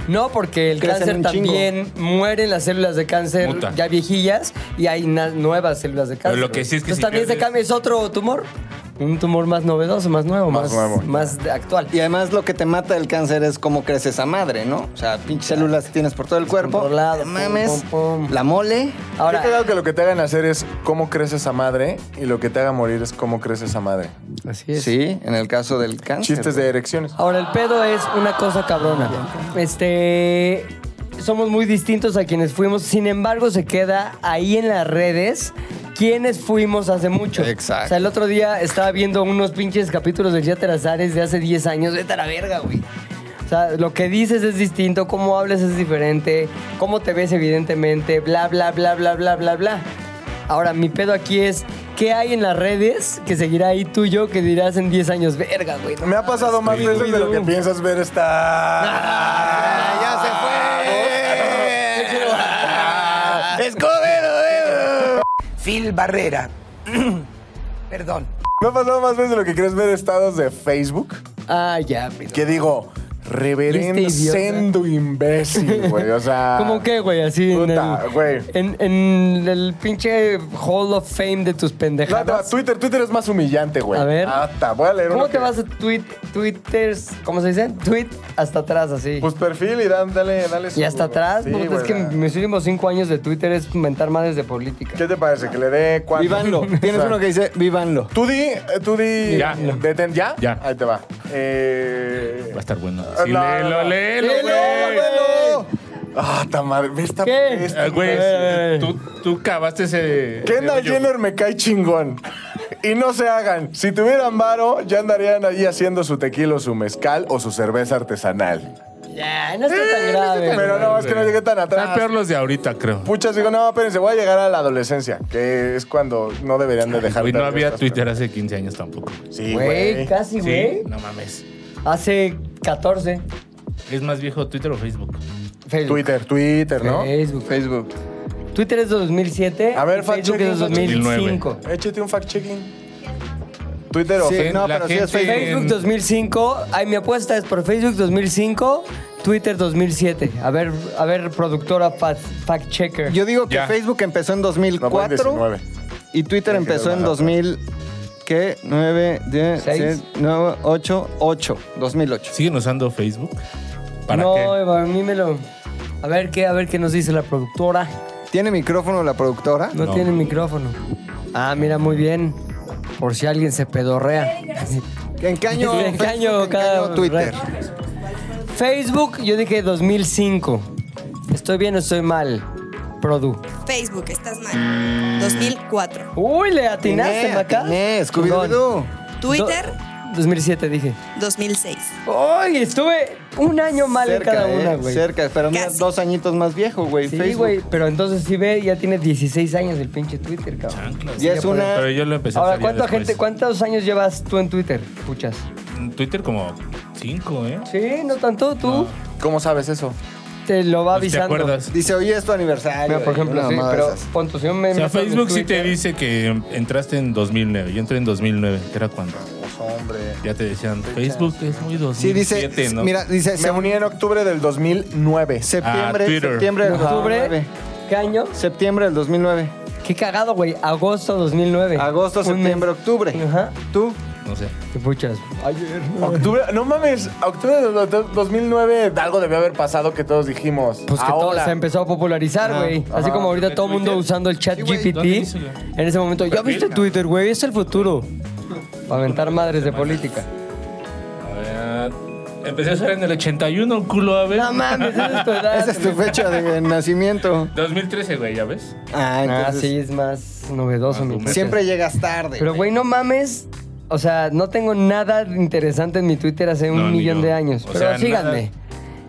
No, porque el
Crecen
cáncer
un chingo.
también mueren las células de cáncer
Muta.
ya viejillas y hay na- nuevas células de cáncer.
lo que sí es que
Entonces
si
también se
pierdes-
cambia, es otro tumor. Un tumor más novedoso, más nuevo, más,
Más nuevo.
más de- actual.
Y además lo que te mata del cáncer es cómo crece esa madre, ¿no? O sea, pinches células que tienes por todo el cuerpo.
Descontrolado,
No
pum,
mames.
pum, pum.
La mole.
Ahora,
Ahora,
Qué cagado que lo que te hagan hacer es cómo crece esa madre y lo que te haga morir es cómo crece esa madre.
así es.
Sí, en el caso del cáncer.
Chistes de erecciones.
Ahora, el pedo es una cosa cabrona. Este. Somos muy distintos a quienes fuimos, sin embargo, se queda ahí en las redes quienes fuimos hace mucho.
Exacto.
O sea, el otro día estaba viendo unos pinches capítulos del Yate Azares de hace 10 años. Vete a la verga, güey. O sea, lo que dices es distinto, cómo hablas es diferente, cómo te ves, evidentemente, bla, bla, bla, bla, bla, bla, bla. Ahora, mi pedo aquí es. ¿Qué hay en las redes que seguirá ahí tú y yo que dirás en 10 años? Verga, güey. no
Me ha pasado más veces de lo que piensas ver esta.
ya se fue.
Ah,
Escobedo,
eh. Phil Barrera. [CLEARS THROAT] Perdón.
Me ha pasado más veces de lo que crees ver estados de Facebook.
Ah, ya, pero.
Que digo, reverendo
Este idiota.
sendo imbécil, güey. O sea.
¿Cómo qué, güey? Así en
Puta,
el,
güey.
En, en el pinche Hall of Fame de tus
No, te va-
pendejadas.
Twitter, Twitter es más humillante, güey.
A ver.
Hasta, voy a leer
¿Cómo
uno
te
que-
vas a tweet, Twitters? ¿Cómo se dice? Tweet hasta atrás, así.
Pues perfil y dan- dale, dale su-
y hasta atrás,
Sí,
puta,
güey,
es que
la-
mis últimos cinco años de Twitter es inventar madres de política.
¿Qué te parece? ¿Que le dé cuánto?
Vivanlo.
[LAUGHS]
Tienes
O sea,
uno que dice, vivanlo.
Tú di, eh, tú di.
Ya.
deten- ¿Ya?
Ya.
Ahí te va. Eh...
Va a estar bueno.
Ah,
Sí,
no,
léelo,
no.
léelo, güey.
¡Léelo, Ah, ta madre. Ve esta.
¿Qué?
esta-
Ah, Güey,
Eh.
tú, tú cavaste ese.
Kendall
ese hoyo.
Jenner me cae chingón. Y no se hagan. Si tuvieran varo, ya andarían ahí haciendo su tequila, o su mezcal o su cerveza artesanal.
Ya, no está tan grave.
Pero no, es que no llegué Eh, tan atrás.
Están peor los de ahorita, creo.
Muchas digo, no, espérense, voy a llegar a la adolescencia, que es cuando no deberían de dejar.
Güey, no
ver
había
estas
Twitter hace 15 años tampoco.
cosas. Sí,
Güey,
güey.
casi, güey.
Sí, no mames.
Hace 14.
¿Es más viejo Twitter o Facebook?
Facebook.
Twitter, Twitter, ¿no?
Facebook.
Facebook.
Twitter es de 2007.
A ver,
y Facebook
fact-checking,
es de 2005.
fact-checking.
Échate un fact-checking. Twitter o
Sí,
Facebook.
no,
La
pero sí es
gente-
Facebook.
Facebook
En-
2005. Ay, mi apuesta es por Facebook 2005, Twitter 2007. A ver, a ver, productora fa- fact checker.
Yo digo que
Ya.
Facebook empezó en
No,
2004
19.
y Twitter
Creo que
empezó
lo
en
bajaste.
2000 ¿qué? 9, 10,
Seis.
7, 9, 8, 8, 2008.
¿Siguen usando Facebook? ¿Para
no, eh.
qué?
Eva, a mí me lo. A ver qué, a ver qué nos dice la productora.
¿Tiene micrófono la productora?
No,
No.
tiene micrófono. Ah, mira, muy bien. Por si alguien se pedorrea.
¿En qué año? Facebook, en
¿En qué año
qué año
cada-
Twitter?
Facebook, yo dije 2005. ¿Estoy bien o estoy mal? Produ.
Facebook, estás mal. 2004.
Uy, le atinaste,
Atiné,
Maca.
atiné,
Chingón.
Scooby-Doo.
Twitter,
Do- 2007 dije.
2006.
¡Ay! Estuve un año mal
cerca,
en cada
eh,
una, güey.
Cerca, pero mira,
Casi.
dos añitos más viejo, güey.
Sí,
Facebook.
güey, pero entonces sí ve, ya tiene 16 años el pinche Twitter, cabrón.
Chanclas.
Ya es una-
Pero yo lo empecé a
Ahora,
usar pues, ya
¿cuánta
después.
gente, ¿cuántos años llevas tú en Twitter? Puchas.
En Twitter como 5, ¿eh?
Sí, no tanto, tú
¿Cómo sabes eso?
te lo va
Pues, ¿Te
avisando.
acuerdas?
Dice, oye, es tu aniversario.
Mira, por ejemplo,
Una
sí,
mamada
pero
de esas.
pon tu- si yo me
O sea,
meto en
Facebook sí te
Twitter-
dice que entraste en 2009. Yo entré en 2009, que era cuando
hombre.
ya te decían, Facebook es muy
Sí,
2007,
dice,
¿no?
mira, dice
Me uní en octubre del 2009.
septiembre,
Ah, Twitter.
septiembre del
¿Octubre?
2009.
¿Qué año?
Septiembre del 2009.
Qué cagado, güey. Agosto 2009.
Agosto,
Eh, Un
septiembre,
mes.
octubre.
Ajá.
¿Tú?
no sé.
Qué puchas. Ayer.
Octubre, no mames, octubre del do- do- 2009 algo debió haber pasado que todos dijimos.
Pues que
ahora.
todo se empezó a popularizar,
Ah. Ajá,
güey. Así como ahorita todo el mundo
Twitter?
usando el chat
Sí, güey,
GPT.
¿dónde hizo yo?
En ese momento, ¿ya
Perfil,
viste
¿no?
Twitter, güey?
[LAUGHS]
Es el futuro. Para aventar madres de política.
A ver, Empecé a usar en el 81, culo, a ver.
No mames, esa es tu edad.
Esa es tu fecha de nacimiento.
2013, güey, ¿ya ves?
Ah,
Ah,
entonces.
sí, es más novedoso. mi
Argumento.
Siempre llegas tarde.
Pero, güey, no mames. O sea, no tengo nada interesante en mi Twitter hace un
No, ni
millón
yo.
de años.
O
pero
sea,
síganme.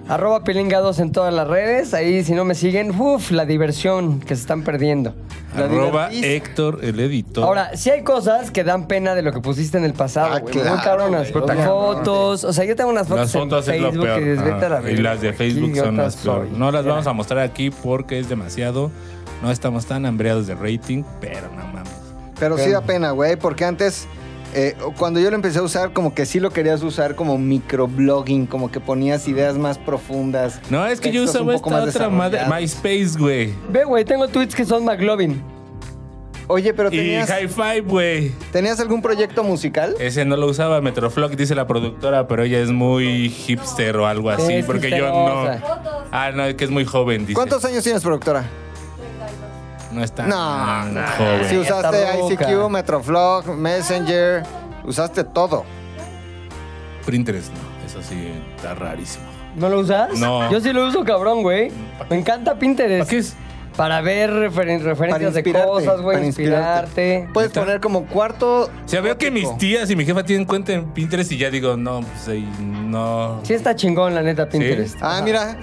Arroba pilinga2 en todas las redes. Ahí, si no me siguen, uff, la diversión que se están perdiendo.
La
Arroba
divertís.
Héctor, el editor.
Ahora, sí hay cosas que dan pena de lo que pusiste en el pasado,
Ah,
güey.
claro,
Muy cabronas.
güey. Puta,
fotos. O sea, yo tengo unas fotos,
las fotos
en
es lo
Facebook
peor.
que dices, vete a la
Ajá. y
verga,
las de
güey, qué
Facebook son
idiota
las peor.
soy.
No las
Ya.
vamos a mostrar aquí porque es demasiado. No estamos tan hambreados de rating, pero no mames.
Pero sí da pena, güey, porque antes, eh, cuando yo lo empecé a usar, como que sí lo querías usar como microblogging, como que ponías ideas más profundas.
No, es que yo
textos un
usaba
poco
esta
más
otra madre.
desarrollados.
MySpace, güey.
Ve, güey, tengo tweets que son McLovin.
Oye, pero
Y
tenías,
High Five, güey.
¿tenías algún proyecto musical?
Ese no lo usaba Metroflog, dice la productora, pero ella es muy hipster o algo así,
Es
porque yo no.
Fotos.
Ah, no, es que es muy joven, dice.
¿Cuántos años tienes, productora?
No está.
No,
tan
no.
joven.
Si usaste
Está loca.
ICQ, Metroflog, Messenger, usaste todo.
Printers, no. Eso sí, está rarísimo.
¿No lo usas?
No.
Yo sí lo uso, cabrón, güey. Me encanta Pinterest.
¿Para qué es?
Para ver referen- referencias de cosas, güey,
para Pues
inspirarte.
Puedes poner como cuarto.
O sea, veo que
gótico.
mis tías y mi jefa tienen cuenta en Pinterest y ya digo, no, pues ahí no.
Sí está chingón, la neta, Pinterest.
Ah, mira.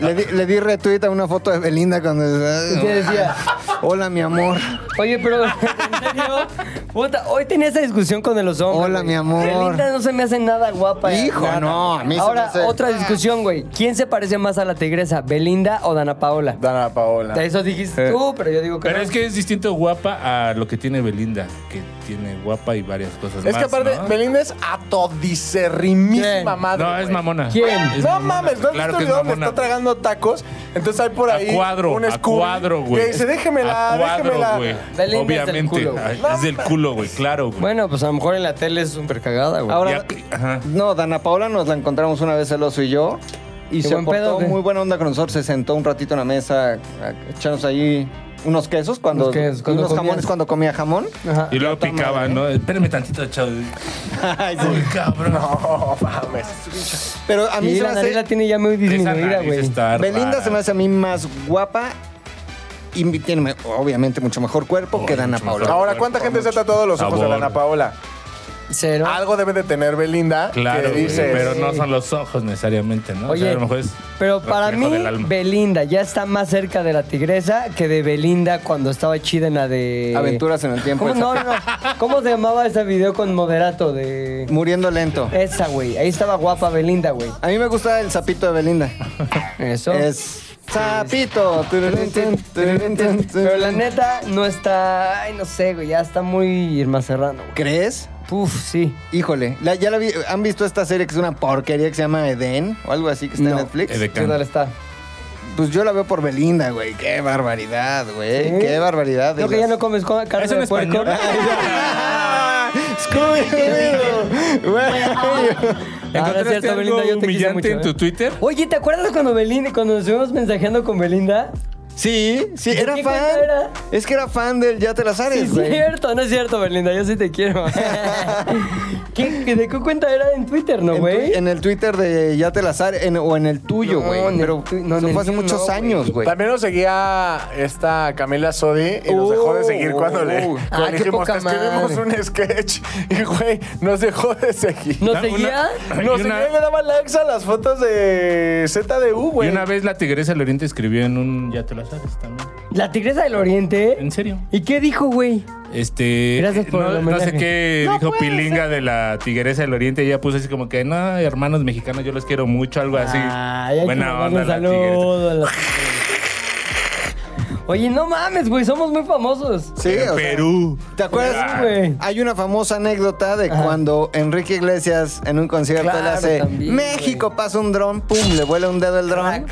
Le di, le di retweet a una foto de Belinda cuando.
¿Y qué decía?
Hola, mi amor.
Oye, pero [LAUGHS] en serio, puta, hoy tenía esa discusión con los hombres.
Hola,
güey.
mi amor.
Belinda no se me hace nada guapa. eh,
Hijo,
nada.
no, a mí se me
Ahora,
hace- Ah.
otra discusión, güey. ¿Quién se parece más a la tigresa, Belinda o Dana Paola?
Dana Paola.
De eso dijiste tú, pero yo digo que
Eh. Pero
no.
es que es distinto guapa a lo que tiene Belinda, que tiene guapa y varias cosas
Es
más,
que aparte,
¿no?
Belinda es atodicerrimísima
¿Quién?
madre.
No, es
güey.
mamona.
¿Quién?
Es
No
mamona,
mames, ¿no
claro
has visto
que
el
es
video donde
mamona.
está tragando tacos? Entonces hay por
A
ahí
cuadro,
un
a
Scooby
cuadro, güey.
Que dice, déjemela,
A cuadro,
déjemela.
güey.
Belinda es del
Obviamente.
culo, güey.
Ay, Es del culo, güey, claro, güey.
Bueno, pues a lo mejor en la tele es súper cagada, güey.
Ahora,
Ya- ajá.
no, Dana Paola nos la encontramos una vez el oso y yo. Y se
buen
portó
pedo, ¿o qué?
muy buena onda con nosotros. Se sentó un ratito en la mesa, a- echarnos ahí unos quesos cuando.
Unos quesos, cuando
unos
comía.
jamones cuando comía
[LAUGHS]
jamón.
Ajá.
Y luego picaba,
¿eh?
¿no? Espérame tantito, chavo.
Ay, sí.
Uy, cabrón.
No mames.
Pero a mí
Y
se me
la nariz la
hace.
tiene ya muy
Esa
disminuida,
nariz
güey.
está
Belinda
rara.
se me hace a mí más guapa. Y mi- tiene, me- obviamente, mucho mejor cuerpo que Dana
mucho
Paola.
mejor.
Ahora, ¿cuánta gente se ha tatuado los ojos de
Sabor.
Dana Paola?
Cero.
Algo debe de tener Belinda
Claro,
que
güey,
dices...
pero no son los ojos necesariamente, ¿no? O sea,
Oye,
a lo mejor es
pero para
reflejo
mí,
del alma.
Belinda ya está más cerca de la tigresa que de Belinda cuando estaba chida en la de.
Aventuras en el tiempo.
¿Cómo,
esa-
no, no, no. ¿Cómo se llamaba ese video con moderato de.
Muriendo lento.
Esa, güey. Ahí estaba guapa Belinda, güey.
A mí me gusta el sapito de Belinda.
Eso.
Es sapito.
Pero la neta no está. Ay, no sé, güey. Ya está muy Irma Serrano, güey.
¿Crees?
Uf, sí.
Híjole, la- ya la vi- han visto esta serie que es una porquería que se llama Eden o algo así que está en
No.
Netflix.
Edec-
¿Qué tal está?
Pues yo la veo por Belinda, güey. Qué barbaridad, güey.
¿Sí?
Qué barbaridad.
Creo que
[LAUGHS]
ya no comes co- carne
¿Es en
de puerco. Ah,
español?
[LAUGHS]
Scooby-Doo. Güey.
ah, no es
¿Encontraste
cierto,
algo
Belinda, yo te quise
humillante
mucho,
en
¿eh?
tu Twitter?
Oye, ¿te acuerdas cuando Belinda, cuando nos estuvimos mensajeando con Belinda?
Sí, sí,
¿De
era
qué
fan.
cuenta era?
Es que era fan del Ya te las
Sí,
sabes,
es
güey.
cierto, no es cierto, Belinda, yo sí te
[LAUGHS]
quiero. ¿Qué, qué- ¿De qué cuenta era en Twitter, no,
En,
güey?
tu- en el Twitter de Ya te las haré, en- o en el tuyo,
No,
güey.
en el
Pero
tu- no, en
eso
el
fue hace
mío
muchos
no,
años,
Pues-
güey.
También nos seguía esta Camila Sodi y nos dejó de seguir
Uh,
Oh.
cuando le,
Ah,
cuando
qué
dijimos,
poca
"Te escribimos un sketch y, güey, nos dejó de seguir.
¿Nos
Una-
seguía?
una-
Nos
y
seguía
una-
y le daba likes a las fotos de ZDU,
Y
güey.
una vez la tigresa del oriente escribió en un Ya te la sabes también.
La Tigresa del Oriente.
En serio.
¿Y qué dijo, güey?
Este.
Gracias por el
no, no
homenaje.
sé qué dijo Pilinga de la tigresa del oriente. Ella puso así como que, no, hermanos mexicanos, yo los quiero mucho, algo así.
Ay, hay que
Ah, Buena
mandarle
onda
un
la tigresa.
saludo a la Tigresa. Oye, no mames, güey, somos muy famosos.
Sí, o sea,
Perú.
¿Te acuerdas?
Sí, güey.
Hay una famosa anécdota de cuando Enrique Iglesias en un concierto
Claro,
le hace
también,
México pasa un dron, pum, le vuela un dedo el dron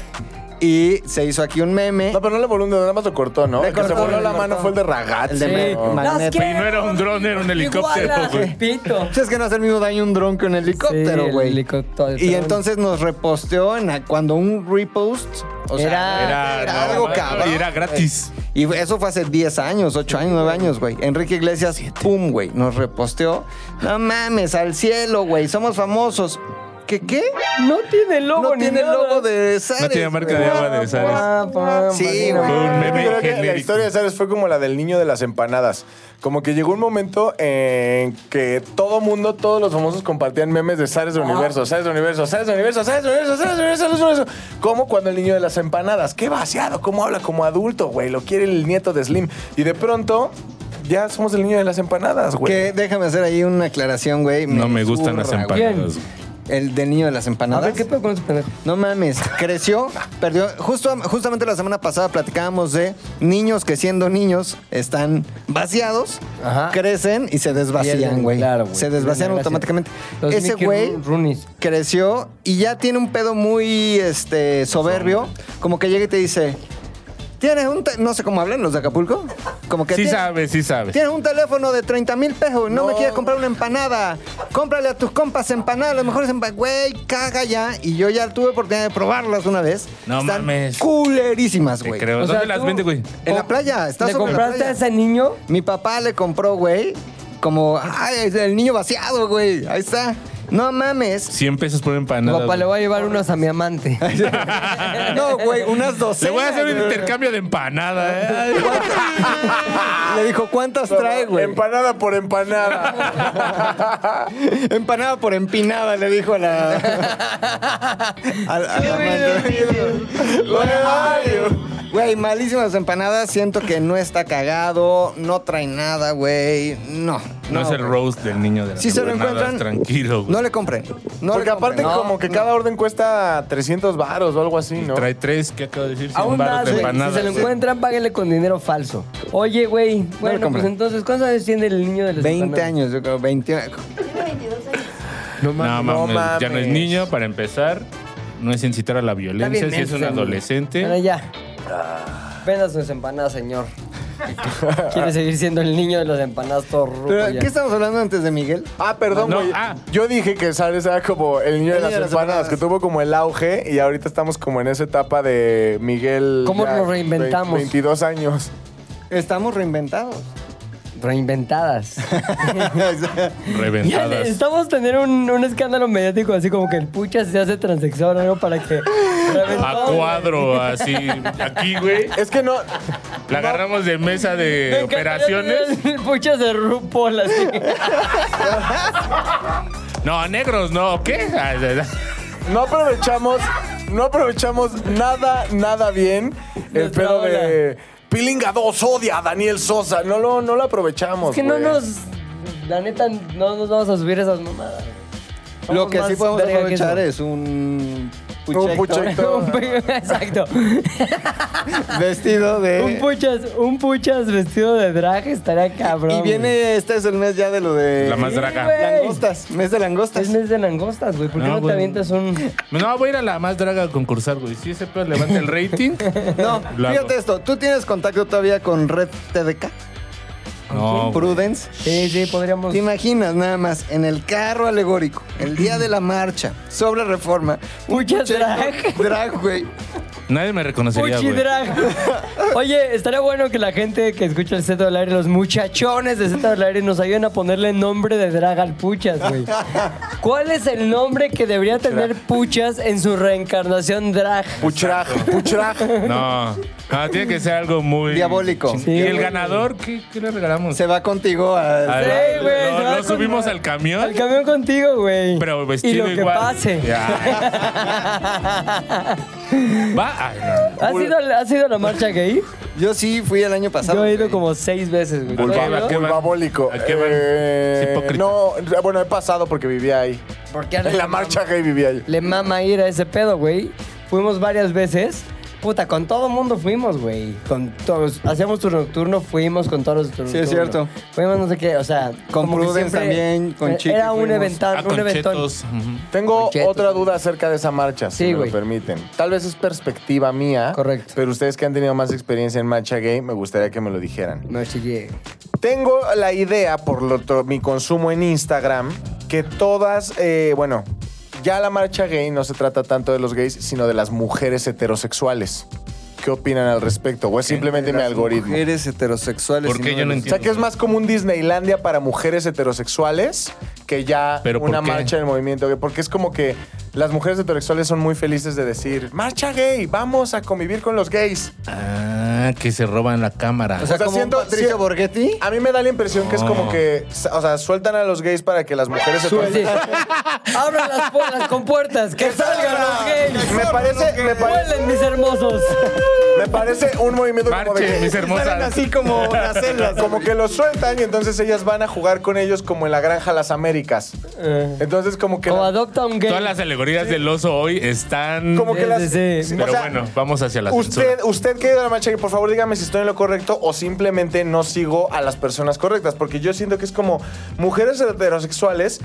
y se hizo aquí un meme.
No, pero no le voló un dedo, nada más lo cortó, ¿no?
Le
El que se
cortó,
voló
le
la
cortó.
mano fue el de Ragazzi.
El de
¿no?
Sí. Magneto.
Las
Y no era un dron, era un helicóptero,
Iguala,
güey.
[LAUGHS]
Pito.
Pues Es que no hace el mismo daño un dron que un
Sí,
helicóptero,
el
güey.
helicóptero.
y entonces nos reposteó en la- cuando un repost, o sea,
Era-
Era,
era
no,
algo
no,
cabrón.
Y era gratis.
Y eso fue hace 10 años, 8 años, 9 años, güey. Enrique Iglesias, pum, güey, nos reposteó. No mames, al cielo, güey, somos famosos. ¿Qué qué?
No tiene logo
No
ni
tiene
nada. Ah,
logo de Zares.
No tiene marca
güey.
de agua de Zares.
Pa, pa,
Sí,
pa, mira,
güey.
Fue un
Yo
meme
creo que la
genérico.
historia de Sares fue como la del niño de las empanadas. Como que llegó un momento en que todo mundo, todos los famosos compartían memes de Sares del
Ah.
Universo, Sares del Universo, Sares del Universo, Sares del Universo, Sares del Universo, Sares del Universo. Como cuando el niño de las empanadas. Qué vaciado, cómo habla como adulto, güey. Lo quiere el nieto de Slim. Y de pronto, ya somos el niño de las empanadas, güey.
Que déjame hacer ahí una aclaración, güey.
No me gustan las
zurra, güey.
empanadas.
El del niño de las
A
empanadas.
ver, ¿qué pedo con ese pendejo?
No mames, creció, perdió. Justo, justamente la semana pasada platicábamos de niños que siendo niños están vaciados,
Ajá.
crecen y se desvacían,
Pierden,
güey.
claro, güey.
se desvacían
Pierden gracia.
automáticamente.
Los
Ese
Mickey
güey
Ru- Roonies.
creció y ya tiene un pedo muy este soberbio, como que llega y te dice, "Tienes un te-" no sé cómo hablan los de Acapulco, como que
Sí
"Tienes-
sabes, sí sabes.
Tienes un teléfono de 30 mil pesos, no, me quieres comprar una empanada. Cómprale a tus compas empanadas, las mejores empanadas. Güey, caga ya. Y yo ya tuve oportunidad de probarlas una vez.
No
Están
mames.
Culerísimas,
Te
güey.
creo.
O sea,
¿Dónde las
tú-
vende, güey?
En la playa, está
Oh, ¿Le
sobre la
compraste
playa.
a ese niño?
Mi papá le compró, güey, como, ay, el niño vaciado, güey. Ahí está. No
[LAUGHS]
mames.
100 pesos por empanada.
Papá, le
güey.
voy a llevar unos a mi amante.
No, güey, unas docenas.
Le voy a hacer un
güey.
intercambio de empanada. ¿eh?
[LAUGHS] Le dijo, ¿cuántas trae, güey?
Empanada por empanada.
[LAUGHS] Empanada por empinada, le dijo a la. [LAUGHS] a la- a la madre. Güey, malísimas empanadas. Siento que no está cagado, no trae nada, güey. No.
No, es el
güey.
roast del niño de las
Si se lo
empanadas,
encuentran,
Tranquilo, güey.
No le compren. No
Porque
le compren.
aparte,
No,
como que
no.
cada orden cuesta 300 varos o algo así, ¿no?
Trae tres, ¿qué acabo de decir?
A
100
un
baros
dato,
de
si se
empanadas.
lo encuentran, páguenle con dinero falso. Oye, güey, bueno,
compren.
pues entonces, ¿cuántos años tiene el niño de los
20 años, yo creo, 20.
No mames,
No mames.
ya no es niño, para empezar. No es incitar a la violencia, si es un
Bueno,
adolescente.
ya.
Ah.
Venda sus
[LAUGHS]
empanadas, señor. Quiere seguir siendo el niño de los empanadas todo rudo.
Pero, ¿qué estamos hablando antes de Miguel?
Ah, perdón,
No,
güey.
ah.
Yo dije que Sares era como el niño de las empanadas, que tuvo como el auge y ahorita estamos como en esa etapa de Miguel.
¿Cómo
ya
nos reinventamos?
22 años.
Estamos [LAUGHS] reinventados.
[LAUGHS]
Reinventadas. [LAUGHS] Ya,
Reventadas.
Necesitamos tener un, un escándalo mediático así como que el pucha se hace transexual o algo para que...
A cuadro, así. Aquí, güey.
Es que no.
La agarramos de mesa de
[LAUGHS]
operaciones.
El pucha se RuPaul así.
No, negros, no. ¿Qué? Ah, ah,
No aprovechamos. No aprovechamos nada, nada bien el
Nuestra
pedo de.
ola.
Pilinga 2 odia a Daniel Sosa. No lo, no lo aprovechamos.
Es que no
güey.
nos... La neta, no nos vamos a subir esas mamadas. Somos
Lo que sí
más
podemos
verga que
aprovechar
eso.
es un.
Un
puchector
[LAUGHS]
puchector.
Un pe- Exacto.
[LAUGHS] Vestido de.
Un puchas, un puchas vestido de drag estaría cabrón.
Y viene, este es el mes ya de lo de.
La más
Sí,
draga.
güey.
Langostas, mes de
güey.
langostas.
Es mes de langostas, güey. ¿Por qué
No,
no, te
güey.
avientas un...?
No, voy a ir a la más draga a concursar, güey. Si ese pedo levanta el rating.
No,
Lo hago.
fíjate esto. ¿Tú tienes contacto todavía con Red TDK?
No. güey.
Prudence.
Sí, sí, podríamos...
¿Te imaginas nada más en el carro alegórico, el día de la marcha, sobre reforma? un
Puchas
puchero
drag.
Drag, güey.
Nadie me reconocería,
Puchi
güey.
drag. [LAUGHS] Oye, estaría bueno que la gente que escucha el Z del aire, los muchachones de Z del aire, nos ayuden a ponerle nombre de drag al Puchas,
[LAUGHS]
güey. ¿Cuál es el nombre que debería tener Puchas en su reencarnación drag?
Puchraj,
[LAUGHS]
puchraj.
No. No, tiene que ser algo muy.
Diabólico.
chingón.
Sí,
¿Y el
güey.
ganador? ¿Qué, qué le regalamos?
Se va contigo a.
Al-
Sí, güey,
lo-
se va
lo
con-
subimos al camión.
Al camión contigo, güey.
Pero
[LAUGHS] Y
vestido
lo que
igual.
pase.
Ya. Va. Ay,
[LAUGHS]
no.
[LAUGHS] ¿Has ido, a- ¿Has ido a la marcha gay?
Yo sí fui el año pasado.
Yo he ido
güey.
como seis veces, güey.
Vulva-
¿Tú has ido?
¿Qué van?
Bulbabólico.
¿A qué van?
Eh,
Es hipócrita.
no, bueno, he pasado porque vivía ahí.
¿Por qué
En la marcha gay vivía ahí.
Le mama ir a ese pedo, güey. Fuimos varias veces. Puta, con todo mundo fuimos, güey. Con todos. Hacíamos turno nocturno, fuimos con todos los turnos.
Sí, es cierto.
Fuimos no sé qué, o sea.
Con
como que
Prudence
siempre-
también, con
eh,
Chiqui
Era un,
fuimos.
eventón,
Ah,
un
con
eventón.
chetos. ujú.
Tengo
Conchetos,
otra
también.
duda acerca de esa marcha,
Sí,
si me lo
güey.
permiten. Tal vez es perspectiva mía.
Correcto.
Pero ustedes que han tenido más experiencia en marcha gay, me gustaría que me lo dijeran.
No, chiqui.
Tengo la idea, por lo to- mi consumo en Instagram, que todas, eh, bueno, ya la marcha gay no se trata tanto de los gays, sino de las mujeres heterosexuales. ¿Qué opinan al respecto? O es simplemente mi
Las
algoritmo.
Mujeres heterosexuales.
¿Por
y
qué yo no
de los-
O sea,
entiendo?
que es más como un Disneylandia para mujeres heterosexuales que ya
¿Pero por
una
qué?
marcha del movimiento gay. Porque es como que las mujeres heterosexuales son muy felices de decir, marcha gay, vamos a convivir con los gays.
Ah, que se roban la cámara.
O sea,
O sea,
como
siento-
un Patricio
siento-
Borghetti.
A mí me da la impresión que es
Ah.
como que, o sea, sueltan a los gays para que las mujeres se
Pues Sí. [LAUGHS] Abran las, pu- las compuertas, que salgan los gays.
Me parece, me parece,
Vuelen mis hermosos.
me parece un movimiento como de
Marchen,
que-
mis
Salen
hermosas.
así como las celdas.
Como que los sueltan y entonces ellas van a jugar con ellos como en la granja Las Américas. Entonces como que...
O
la-
adopta un gay.
Todas las alegorías del oso hoy están.
como que
Sí,
las...
sí, sí.
o
Pero
sea,
bueno, vamos hacia la
Usted,
censura.
usted que ha ido a la marcha, gay, por favor dígame si estoy en lo correcto o simplemente no sigo a las personas correctas, porque yo siento que es como mujeres heterosexuales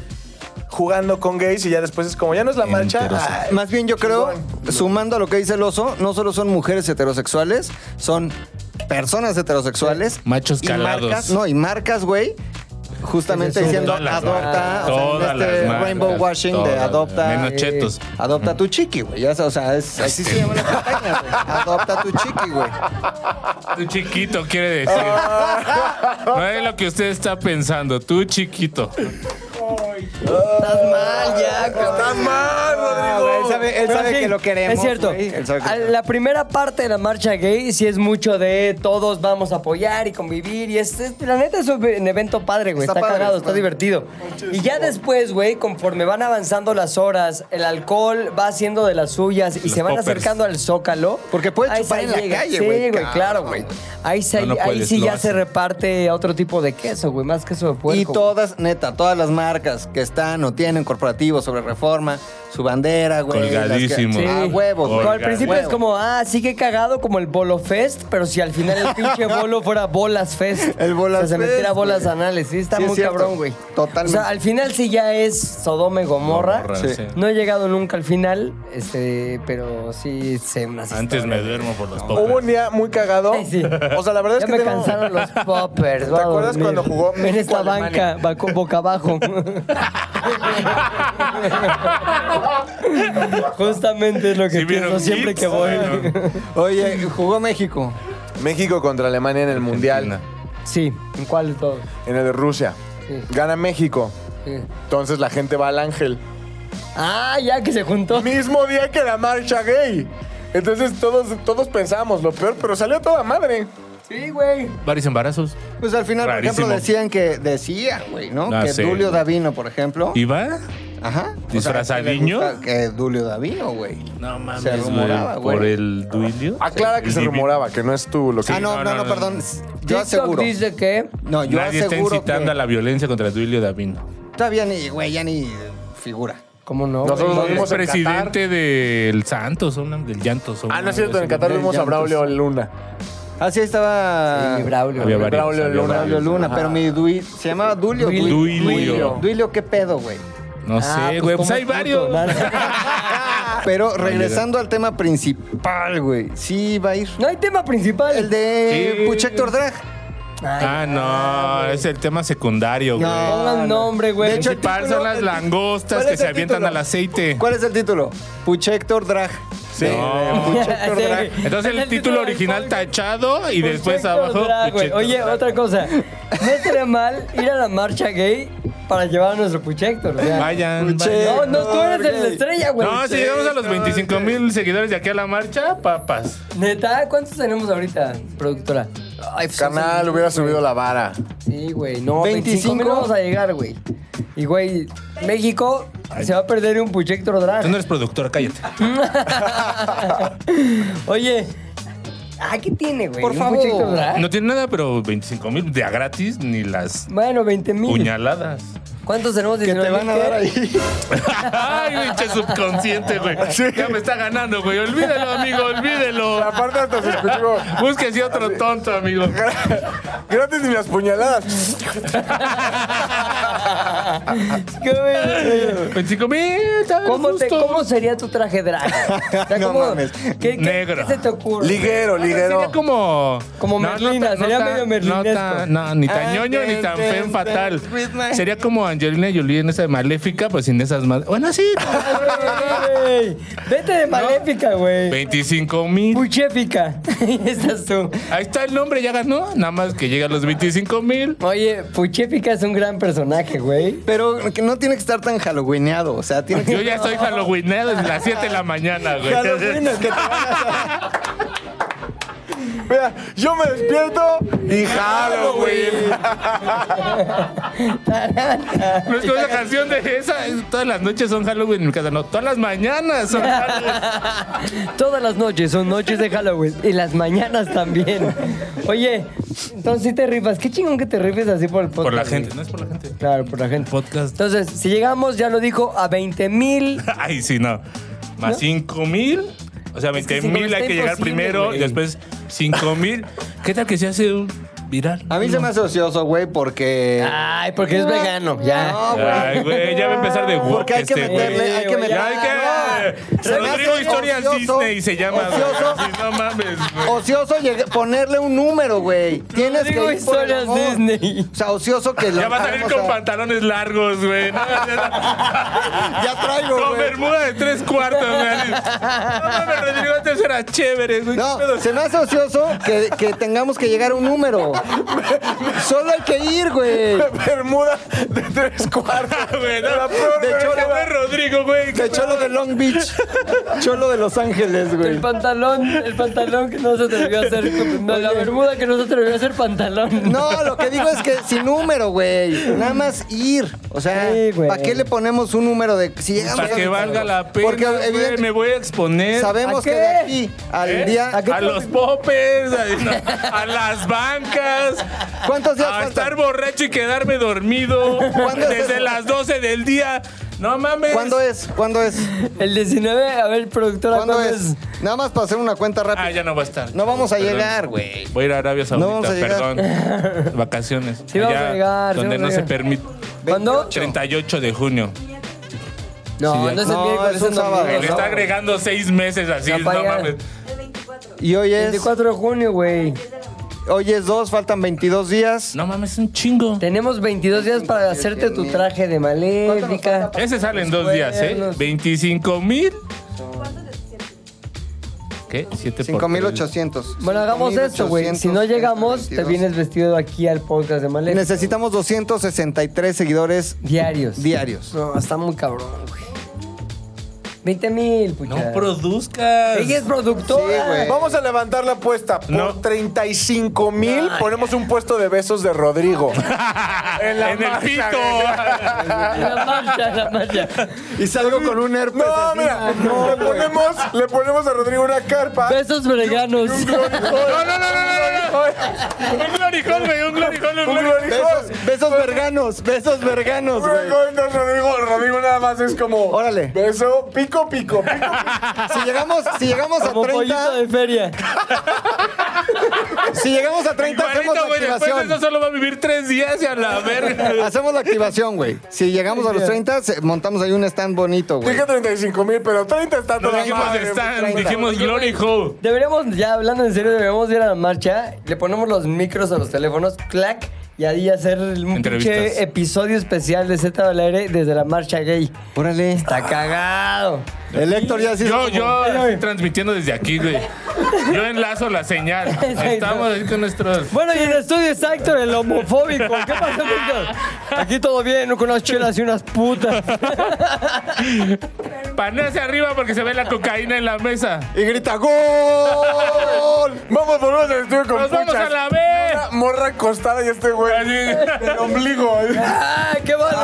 jugando con gays y ya después es como, ya no es la marcha.
Heterosexual.
ay,
Más bien yo creo,
chingón.
sumando a lo que dice el oso, no solo son mujeres heterosexuales, son personas heterosexuales.
Machos
y
calados.
marcas- no, y marcas, güey. Justamente
Sí, sí, sí.
diciendo
Todas las
adopta,
marcas,
o sea,
todas
en este
las marcas,
rainbow washing de
todas,
adopta.
menos
eh,
chetos.
Adopta tu chiqui, güey. Ya sabes, O sea, es, así se [LAUGHS] llama la campaña, güey. Adopta tu chiqui, güey.
Tu chiquito quiere decir. No es lo que usted está pensando, tú chiquito.
Estás mal
Ah,
ya, cabrón.
Estás mal, Rodrigo.
güey, Él sabe, él
Pero
sabe
sí,
que lo queremos.
Es cierto.
güey. Él sabe que
A-
lo
La primera parte de la marcha gay sí es mucho de todos vamos a apoyar y convivir. Y es, es- la neta es un un evento padre, güey.
Está
Está,
padre,
cagado,
está
está
padre.
divertido. Y ya después, güey, conforme van avanzando las horas, el alcohol va haciendo de las suyas y
Los
se van
poppers.
acercando al zócalo.
Porque puedes
ahí
chupar
se
en la
llega.
calle,
Sí,
güey,
güey, claro,
cabrón.
güey. Ahí, se-
No, no
ahí
puedes,
sí
lo
ya
hacen.
se reparte otro tipo de queso, güey. Más queso de puerco.
Y
güey.
todas, neta, todas las marcas que están o tienen corporativos sobre reforma, su bandera, güey.
Colgadísimo.
las que-
Sí.
Ah, huevos.
Colga-
güey.
Como al principio
Huevo.
es como, ah, sí que cagado como el Bolo Fest, pero si al final
[LAUGHS]
el pinche bolo fuera Bolas Fest.
El Bolas
O sea, se
Fest,
metiera bolas
güey.
anales. Sí, está
Sí, es
muy
cierto.
cabrón, güey.
Totalmente.
O sea, al final sí ya es Sodome Gomorra.
Gomorra,
Sí.
sí.
No he llegado nunca al final, este, pero sí sé unas
Antes me
historias.
duermo por los
Hubo
pocos.
un día muy cagado.
Sí, sí.
O sea, la verdad es
ya
que
me
tengo-
[LAUGHS]
cansaron los poppers.
¿Te
voy a
acuerdas
dormir.
cuando jugó
En
México,
esta
Alemania?
banca, va con
[LAUGHS]
boca abajo. Justamente es lo que
Sí, vieron
pienso siempre
Kids,
que voy.
bueno.
Oye, jugó México.
México contra Alemania en el Mundial,
Argentina.
Sí, ¿en cuál de todos?
en el de Rusia.
Sí.
Gana México.
Sí.
Entonces la gente va al ángel.
Ah, ya que se juntó.
Mismo día que la marcha gay. Entonces todos, todos pensábamos lo peor, pero salió toda madre.
Sí, güey.
Varios embarazos.
Pues al final, por
Rarísimo.
ejemplo, decían que, decían, güey, ¿no?
Ah,
que
sí.
Dulio Davino, por ejemplo.
¿Iba?
Ajá. O sea,
¿Disfrazadiño?
que le gusta Que Dulio Davino, güey.
No mames,
Se rumoraba,
güey, Por
güey.
el duilio.
Aclara que
El
se
divi-
rumoraba, que no es tú lo que...
ah, no, no, no,
no, no, no.
perdón. Yo
TikTok
aseguro.
dice que
No, yo
Nadie está
aseguro
incitando
que
a la violencia contra el duilio Davino.
todavía ni, güey, ya ni figura.
¿Cómo no?
Nosotros
güey?
lo
Es
vimos en
presidente del Santos, una- del Llantos.
Ah, no es cierto, en Qatar vimos a Braulio Luna.
Ah, sí, estaba...
Sí, Braulio.
Había varios,
Braulio
había
Luna,
Braulio
varios.
Luna, pero mi Dui... Se llamaba Dulio.
Duilio.
Duilio.
Duilio, ¿qué pedo, güey?
No
Ah,
sé, güey. Pues,
¿cómo
hay
es
varios.
puto?
[LAUGHS] Pero regresando al tema principal, güey. Sí, va a ir.
No hay tema principal.
El de
Sí.
Puchector Drag.
Ay,
Ah, no, es el tema secundario, güey.
No.
Pongan nombre, güey.
De hecho, el
Principal son las
el-
langostas
¿Cuál
que
es
se
el
avientan
título?
al aceite.
¿Cuál es el título? Puchector Drag. Eh, Sí.
No.
Puchector
[LAUGHS] [LAUGHS] Sí.
Drag.
Entonces
Es
el título
el título del
original
podcast.
tachado y después
Puchector
abajo.
Pues drag, güey.
Puchector
Oye,
drag.
otra cosa. No estaría mal ir a la marcha gay para llevar a nuestro Puchector. o sea.
Vayan.
Puche-
No, no, tú eres el- la estrella, güey.
No, si llegamos a los 25 mil seguidores de aquí a la marcha, papas.
Neta, ¿cuántos tenemos ahorita, productora? Ay, pues,
Canal, hubiera subido la vara.
Sí, güey,
25.
no, 25 mil vamos a llegar, güey. Y, güey, México se va a perder un Puchector Drag.
Tú no eres productor, cállate.
Oye, ¿a qué tiene, güey?
Por
¿Un
favor.
Puchector Drag?
No tiene nada, pero 25 mil de a gratis ni las
Bueno, 20 mil.
puñaladas.
¿Cuántos tenemos?
Que te
19,000
van a dar ahí.
Ay, pinche subconsciente, güey. Ya me está ganando, güey. Olvídelo, amigo, olvídelo.
Aparte hasta se escuchó
Búsquese otro tonto, amigo.
gratis ni las puñaladas.
¿Qué, güey?
25 mil,
¿Cómo, te- cómo sería tu traje [LAUGHS] drag? O sea,
No
¿cómo-
mames.
¿qué- qué,
Negro.
¿Qué se te ocurre? [LAUGHS]
Liguero, liguero.
Sería como.
Como Merlina,
tan-
sería
tan-
medio merlinesco.
No, tan- no, ni tan
Ah,
ñoño ni
ten,
tan
ten,
fen
ten,
fatal.
with my-
Sería como Angelina Jolie en esa de maléfica, pues sin esas más. Bueno,
[LAUGHS]
sí.
Güey, Vete de maléfica, güey.
25 mil.
Puchéfica. [LAUGHS] Ahí estás tú.
Ahí está el nombre, ya ganó. Nada más que llega a los 25 mil.
Oye, Puchéfica es un gran personaje, güey.
Pero que no tiene que estar tan halloweeneado. O sea, tiene que.
Yo ya estoy halloweenado desde las 7 de la mañana, güey.
Halloween, es que te van a-
Mira, [LAUGHS] yo me despierto y Halloween.
No es como esa canción de esa. es- Todas las noches son Halloween en mi casa. No, todas las mañanas son Halloween.
Todas las noches son noches de Halloween. Y las mañanas también. Oye, entonces sí te rifas. Qué chingón que te rifes así por el podcast.
Por la
güey.
gente, no es por la gente.
Claro, por la gente.
Podcast.
Entonces, si llegamos, ya lo dijo, a 20 mil.
[LAUGHS] Ay, sí, no. Más 5 mil. O sea, 20
que cinco
mil
mil
hay
está
que llegar
imposible,
primero.
güey.
Después 5 mil. ¿Qué tal que se hace un viral?
A mí se me hace ocioso, güey, porque.
Ah,
Ay, porque es vegano, ya.
No, güey.
Ay, güey, ya va a empezar de woke
Porque hay que
este, güey.
meterle, hay que
güey,
meterle.
Ya hay que.
No. Se me
Rodrigo
hace
Historias
ocioso,
Disney se llama. güey.
Ocioso,
Sí, no mames, güey.
ocioso lleg- ponerle un número, güey. Tienes que
Rodrigo
ir por el
Historias
amor.
Disney.
O sea, ocioso que lo
Ya va a salir
hagamos
con pantalones largos, güey. No, ya, ya.
Ya traigo,
Con
güey.
bermuda de tres cuartos, güey. No mames, Rodrigo, antes era chévere, güey. ¿Qué pedo?
No,
[LAUGHS]
se me hace ocioso que, que tengamos que llegar a un número. Solo hay que ir, güey.
Bermuda de tres cuartos.
Ah, Güey, no.
La peor
De
versión
cholo, güey,
de-
Rodrigo, güey.
De Cholo de Long Beach. Cholo de Los Ángeles,
El
güey.
pantalón, el pantalón que no se atrevió a hacer, no, la bermuda que no se atrevió a hacer pantalón.
No, lo que digo es que sin número, güey. Nada más ir. O sea,
Sí, güey.
¿para qué le ponemos un número de si llegamos
Para
a-
que valga la pena,
Porque
güey,
evidente-
me voy a exponer.
sabemos
¿A
que
qué?
de aquí al
¿Eh?
día
a, los popes, a, no, a [LAUGHS] las bancas,
¿Cuántos días
a
faltan?
estar borracho y quedarme dormido
¿Cuándo es
desde
eso?
las 12 del día. No mames.
¿Cuándo es? ¿Cuándo es?
El 19, a ver, productora,
¿Cuándo
¿cuándo
es? Nada más para hacer una cuenta rápida.
Ah, ya no va a estar.
No vamos a
Perdón.
llegar, güey.
Voy a ir a Arabia Saudita,
vamos a llegar. [LAUGHS]
perdón. Vacaciones.
Sí vamos a llegar, sí
Donde
vamos a
no se
llegar.
permite.
¿Cuándo?
38 de junio.
No,
Sí,
no es el
no,
miércoles,
es un
es domingo,
sábado.
Le
Pero
¿no?
está agregando seis meses así,
Ya
no
para allá.
mames.
Y hoy es,
24 de junio, güey.
hoy es 2, faltan 22 días.
No mames, es un chingo.
Tenemos 22 días para hacerte tu traje de maléfica.
Ese sale en dos días, ¿eh?
cuernos.
25 mil. ¿Qué? 7 por
5800.
Bueno, hagamos esto, güey. Si no llegamos, te
5,822.
vienes vestido aquí al podcast de maléfica.
Necesitamos 263 seguidores
Diarios.
diarios.
No, está muy cabrón, güey. 20 mil,
No
pucha.
produzcas.
Ella es
Sí, güey.
productora.
Vamos a levantar la apuesta. Por
No.
35 mil ponemos un puesto de besos de Rodrigo.
Ah, en
la
el
marcha,
pito.
la marcha, la marcha.
Y salgo con un herpes.
No, mira, le, ponemos, le ponemos a Rodrigo una carpa.
Besos
No,
veganos.
no, no, no, no, no, no. Un gloricón, güey. Un gloricón, un
[LAUGHS] Un
gloricón.
gloricón.
Besos, besos verganos, besos verganos, güey.
Luego, no, Rodrigo, Rodrigo nada más es como.
Órale.
Beso, pico, pico, pico.
Si llegamos, si llegamos a
Como pollito
30,
de feria.
si llegamos a 30 hacemos la
Igualito, güey. Después de eso
activación.
solo va a vivir tres días y a la verga.
Hacemos la activación, güey. Si llegamos a los 30, se- montamos ahí un stand bonito, güey.
Dije 35 mil, pero 30 está
No
toda
dijimos
madre,
stand,
30.
dijimos glory hole.
Deberíamos, ya hablando en serio, deberíamos ir a la marcha. Le ponemos los micros a los teléfonos, clac, y ahí hacer un
Entrevistas.
pinche episodio especial de Z al aire desde la marcha gay.
Órale.
Está cagado.
El Héctor ya sí.
Yo, yo
Ay, ay.
estoy transmitiendo desde aquí, güey. Yo enlazo la
[LAUGHS]
señal. Estamos ahí con nuestros.
Bueno, y en el estudio está Héctor, el homofóbico. ¿Qué pasó, Héctor? Aquí todo bien, con unas chelas y unas putas.
Panea hacia arriba porque se ve la cocaína en la mesa.
Y grita ¡Gol!
[LAUGHS] Vamos, volvemos al estudio con
¡Nos vamos
puchas.
a la vez!
Una morra acostada y este güey. El ombligo.
¡Ah, qué vale!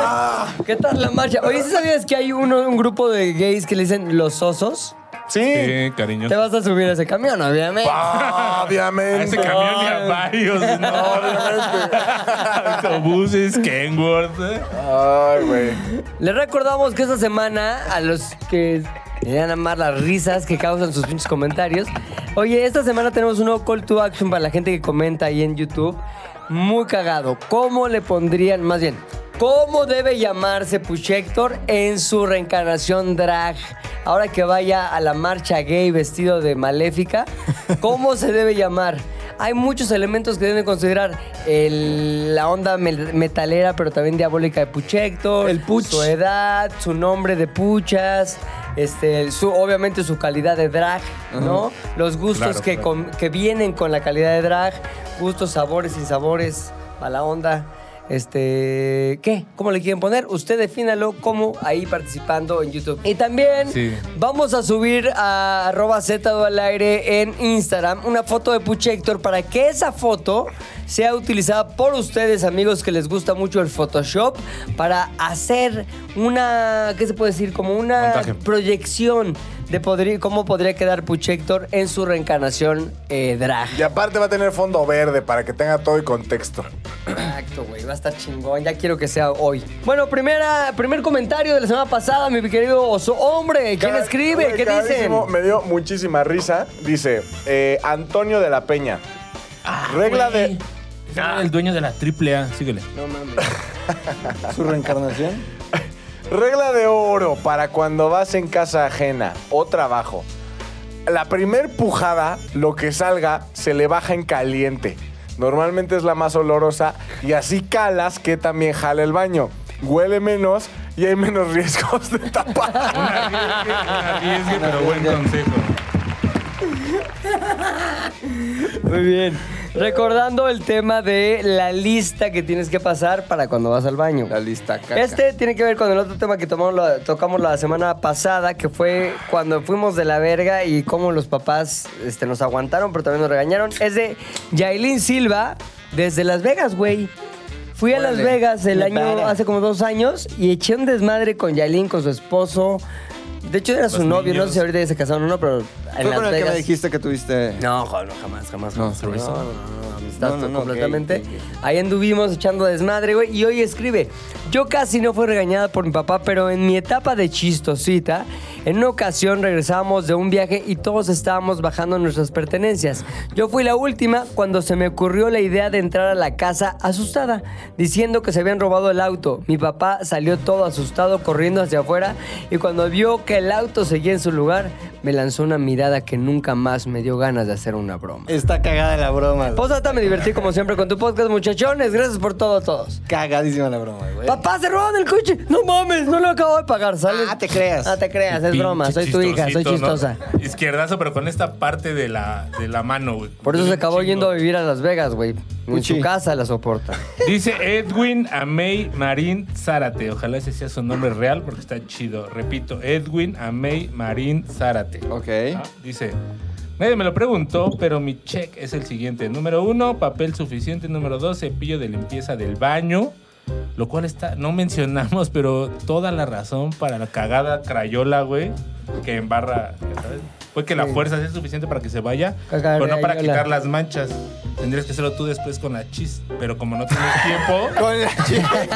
¿Qué tal la marcha? Oye, ¿sí ¿sabías que hay uno, un grupo de gays que le dicen los osos?
Sí.
Sí, cariño.
Te vas a subir a ese camión, obviamente.
A
Obviamente.
ese camión y a
[LAUGHS]
varios, ¿no? [LAUGHS] Autobuses, Kenworth. ¿eh?
Ay, güey.
Les recordamos que esta semana a los que le dan a amar las risas que causan sus pinches comentarios. Oye, esta semana tenemos un nuevo call to action para la gente que comenta ahí en YouTube. Muy cagado. ¿Cómo le pondrían, más bien, cómo debe llamarse Puchector en su reencarnación drag? Ahora que vaya a la marcha gay vestido de maléfica, ¿cómo se debe llamar? hay muchos elementos que deben considerar. El- la onda mel- metalera, pero también diabólica de Puchector.
El Puch.
Su edad, su nombre de Puchas. Este, su, obviamente su calidad de drag, ¿no? Los gustos
Claro,
que,
claro.
con- que vienen con la calidad de drag. Gustos, sabores y sabores. Mala onda. Este, ¿qué? ¿Cómo le quieren poner? Usted defínalo como ahí participando en YouTube. Y también
Sí.
Vamos a subir a arroba Z al aire en Instagram una foto de Puchector para que esa foto sea utilizada por ustedes, amigos que les gusta mucho el Photoshop, para hacer una, ¿qué se puede decir? Como una
Montaje.
proyección de podri- cómo podría quedar Puchector en su reencarnación eh, drag.
Y aparte va a tener fondo verde para que tenga todo el contexto.
Exacto, güey, va a estar chingón, ya quiero que sea hoy. Bueno, primera, primer comentario de la semana pasada, mi querido oso hombre, ¿quién
Car-
escribe?
Güey,
¿Qué dicen?
carísimo, Me dio muchísima risa. Dice eh, Antonio de la Peña. Regla de.
Ah, el dueño de la triple A, síguele.
¿Su reencarnación?
Regla de oro para cuando vas en casa ajena o trabajo. La primer pujada, lo que salga, se le baja en caliente. Normalmente es la más olorosa y así calas que también jala el baño. Huele menos y hay menos [LAUGHS] riesgos de tapar.
Arriesgue, pero buen consejo.
Muy bien. Recordando el tema de la lista que tienes que pasar para cuando vas al baño.
La lista caca.
Este tiene que ver con el otro tema que tomamos la- tocamos la semana pasada, que fue cuando fuimos de la verga y cómo los papás este, nos aguantaron, pero también nos regañaron. Es de Yailin Silva, desde Las Vegas, güey. Fui a Las
Órale,
Vegas el
qué
año,
para.
hace como dos años, y eché un desmadre con Yailin, con su esposo. De hecho, era su
Los
novio, no
niños.
sé si ahorita ya se casaron o no, pero en
¿Fue
Las
con el que
Vegas.
me dijiste que tuviste?
No, joder, no, jamás, jamás,
No,
jamás. No,
sorry,
no,
sorry.
no, no, amistad
No, no, no,
completamente.
ok, ok,
Ahí anduvimos echando desmadre, güey. Y hoy escribe: Yo casi no fui regañada por mi papá, pero en mi etapa de chistosita, en una ocasión regresábamos de un viaje y todos estábamos bajando nuestras pertenencias. Yo fui la última cuando se me ocurrió la idea de entrar a la casa asustada, diciendo que se habían robado el auto. Mi papá salió todo asustado corriendo hacia afuera y cuando vio que el auto seguía en su lugar, me lanzó una mirada que nunca más me dio ganas de hacer una broma.
Está cagada la broma. güey.
Posata, Pues me divertí como siempre con tu podcast, muchachones. Gracias por todo a todos.
Cagadísima la broma, güey.
Papá, se roban el coche. No mames, no lo acabo de pagar, ¿sales?
Ah, te creas.
Ah, te creas, es
Pinche
broma. Soy tu hija, soy
chistosito, ¿no?
chistosa.
Izquierdazo, pero con esta parte de la, de la mano, güey.
Por eso se acabó
Chingo.
yendo a vivir a Las Vegas, güey. En
Puchi.
su casa
[LAUGHS]
la soporta.
Dice Edwin Amey Marín Zárate. Ojalá ese sea su nombre real porque está chido. Repito, Edwin Amey Marín Zárate.
Ok.
Ah, Dice, nadie me lo preguntó, pero mi check es el siguiente. Número uno, papel suficiente. Número dos, cepillo de limpieza del baño. Lo cual está, no mencionamos, pero toda la razón para la cagada crayola, güey, que embarra. ¿sabes? Fue que la fuerza es suficiente para que se vaya,
Caga
pero no para
Crayola.
quitar las manchas. Tendrías que hacerlo tú después con la chis, pero como no
[LAUGHS]
tienes tiempo.
Con la chica.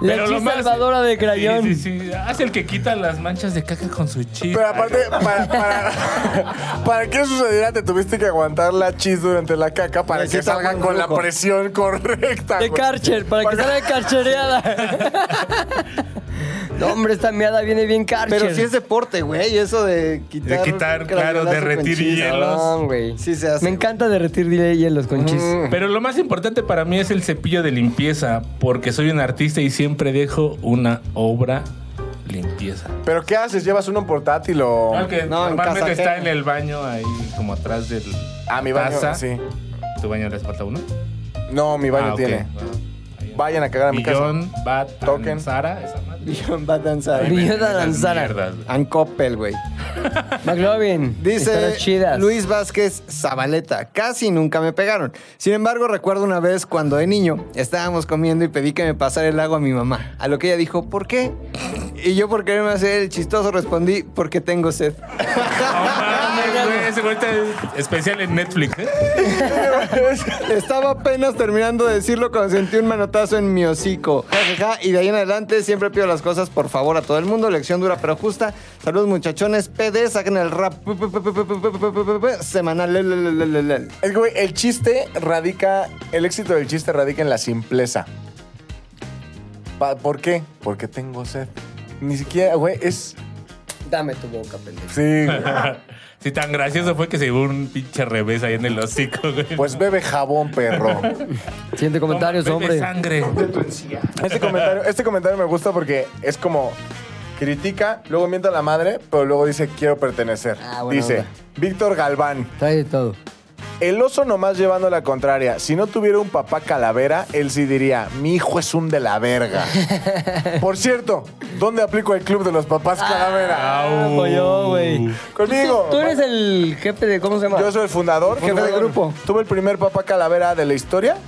La chis salvadora de crayón.
Sí, sí, sí. Haz el que quita las manchas de caca con su chis.
Pero aparte, para, para, para que sucediera, te tuviste que aguantar la chis durante la caca para que
Necesita
salgan
buen
con la
flujo.
presión correcta.
De
güey.
Karcher, para
[LAUGHS]
que salga carchereada. no, hombre, esta miada viene bien Karcher.
Pero si es deporte, güey, eso de quitar.
De quitar,
crayolazo
claro,
con
derretir
chis.
hielo.
No, güey.
Sí se hace. Mm.
Me encanta derretir hielos con chis.
Pero lo más importante para mí es el cepillo de limpieza, porque soy un artista y siempre dejo una obra limpieza.
¿Pero qué haces? ¿Llevas uno portátil o...?
Porque
no, en
normalmente
casa
está
ajena.
en el baño ahí como atrás del
Ah, mi baño,
taza.
sí.
¿Tu baño les falta uno?
No, mi baño
Ah, ok.
tiene.
Bueno, ahí va.
Vayan a cagar a mi casa.
Billón, Bat,
Token.
Token, Sara, esa madre.
Billón [LAUGHS] va a danzar.
Billón
Esas
Danzara.
mierdas, güey.
Ancoppel, güey.
McLovin. historias
Dice
chidas.
Luis Vázquez Zabaleta, casi nunca me pegaron. Sin embargo, recuerdo una vez cuando de niño estábamos comiendo y pedí que me pasara el agua a mi mamá. A lo que ella dijo, ¿por qué? Y yo por quererme hacer el chistoso respondí, porque tengo sed.
No mames, güey, ese güey está especial en Netflix, ¿eh?
Estaba apenas terminando de decirlo cuando sentí un manotazo en mi hocico. Ja, ja, ja. Y de ahí en adelante siempre pido las cosas por favor a todo el mundo. Lección dura pero justa. Saludos muchachones. PD, saquen el rap pu, pu, pu, pu, pu, pu, pu, pu, pu, pu, pu, semanal. Le, le, le, le, le, le.
Es que, güey, el chiste radica... El éxito del chiste radica en la simpleza. Pa- ¿Por qué? Porque tengo sed. Ni siquiera, güey, es...
Dame tu boca, pendejo.
[LAUGHS]
Sí, güey.
Sí, tan gracioso fue que se llevó un pinche revés ahí en el hocico, güey.
Pues bebe jabón, perro.
Toma,
Siguiente comentarios,
bebe
hombre.
sangre.
Este comentario, este comentario me gusta porque es como critica, luego mienta a la madre, pero luego dice quiero pertenecer.
Ah, buena
dice
onda.
Víctor Galván,
Trae de todo.
el oso nomás llevando la contraria. Si no tuviera un papá calavera, él sí diría, mi hijo es un de la
[LAUGHS]
verga. Por cierto, ¿dónde aplico el club de los papás calavera?
Ah, pues yo, güey.
Conmigo.
Tú eres el jefe de, ¿cómo se llama?
Yo soy el fundador, jefe de
fundador.
grupo. Tuve el primer papá calavera de la historia.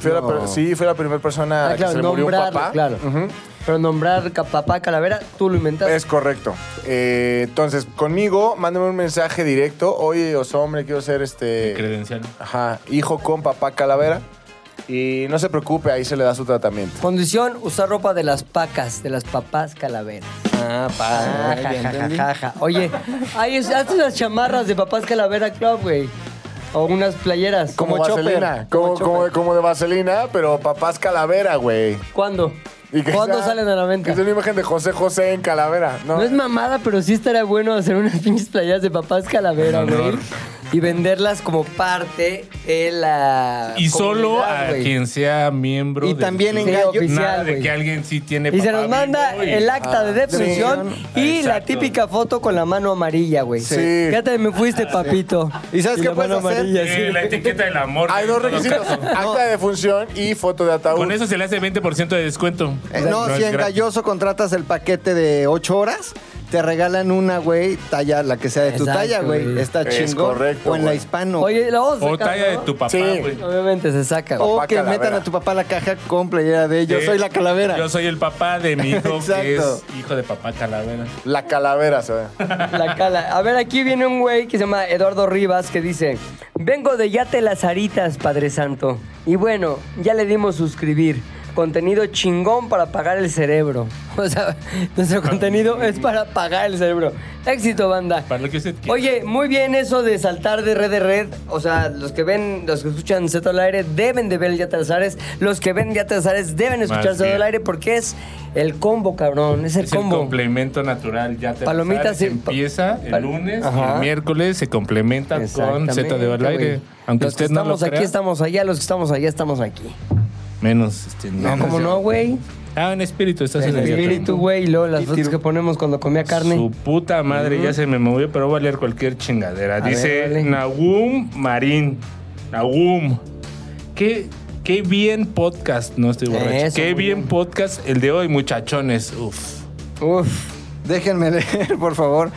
Fui la per- sí, fui la primera persona
Ah,
a que se
claro,
le murió un
nombrar,
papá.
claro. Pero nombrar ca- papá calavera, tú lo inventaste.
Es correcto. Eh, entonces, conmigo, mándame un mensaje directo. Oye, oso hombre, quiero ser este.
Credencial.
Ajá, hijo con papá calavera. Y no se preocupe, ahí se le da su tratamiento.
Condición, usar ropa de las pacas, de las papás calaveras.
Ah,
Ah,
padre.
ja,
ya
ja, ja,
entendí.
ja, ja. [LAUGHS] Oye, ahí es- hazte unas chamarras de papás calavera club, güey. O unas playeras.
Como,
Como Chopper.
vaselina. Como,
Como
como-
Chopper.
como de vaselina, pero papás calavera, güey.
¿Cuándo?
Y que
¿Cuándo
sea-
salen a la venta?
que sea una imagen de José José en calavera. No,
No es mamada, pero sí estaría bueno hacer unas [LAUGHS] pinches playeras de papás calavera,
En honor.
güey.
Y venderlas como parte de la.
Y solo
comunidad,
a
güey.
quien sea miembro.
Y
del
también
club.
en
Sí,
gallo.
oficial,
Nada de
güey.
que alguien sí tiene
Y se
papá
nos manda
vivo y- Ah,
el acta de defunción
sí.
y la
Exacto.
típica foto con la mano amarilla, güey.
Sí.
Fíjate, me fuiste, papito.
¿Y sabes qué
la mano
puedes hacer?
amarilla,
Sí, la etiqueta del amor.
Ah, Hay dos requisitos:
[LAUGHS]
acta de función y foto de ataúd.
Con eso se le hace 20% de descuento.
Eh, no, si
es
en
gratis.
Galloso contratas el paquete de 8 horas, te regalan una, güey, talla, la que sea de tu
Exacto,
talla, güey.
güey.
Está
Es
chingón.
correcto,
O en la
güey.
hispano.
Oye, la vamos a
O
sacar,
talla de
¿no?
tu papá,
Sí.
güey.
Obviamente se saca, güey.
o
papá
que
calavera.
metan a tu papá a la caja con playera de yo
Sí.
soy la calavera.
Yo soy el papá de mi hijo, que es
Exacto.
hijo de papá calavera.
La calavera,
[LAUGHS]
se ve.
La cala. A ver, aquí viene un güey que se llama Eduardo Rivas que dice: Vengo de Yate Las Aritas, Padre Santo. Y bueno, ya le dimos suscribir. Contenido chingón para pagar el cerebro. [LAUGHS] O sea, nuestro contenido es para pagar el cerebro. Éxito, banda.
Para lo que usted quiera.
Oye, muy bien eso de saltar de red a red. O sea, los que ven, los que escuchan Z al aire deben de ver el Yate a las Ares. Los que ven Yate a las Ares deben escuchar
Más
Z al
bien.
aire porque es el combo, cabrón. Es el
Es el
combo.
complemento natural. Ya te
Palomitas
lo sabes,
y-
empieza
pa-
el lunes y
Ajá.
el miércoles se complementa con
Exactamente,
Z de al aire.
güey.
Aunque
los que
usted no lo
estamos aquí
crea,
estamos allá, los que estamos allá estamos aquí.
menos. Este,
No,
menos
¿cómo
ya.
no, güey?
Ah, en espíritu estás
El
en el
espíritu, güey, y luego las fotos que ponemos cuando comía carne.
Su puta madre ya se me movió, pero va a leer cualquier chingadera.
A
Dice
ver, dale.
Nahum Marín. Nahum. Qué, qué bien podcast. No estoy borracho.
Eso,
qué
muy
bien,
bien.
podcast el de hoy, muchachones. Uf.
Uf,
Déjenme [LAUGHS] leer, por favor.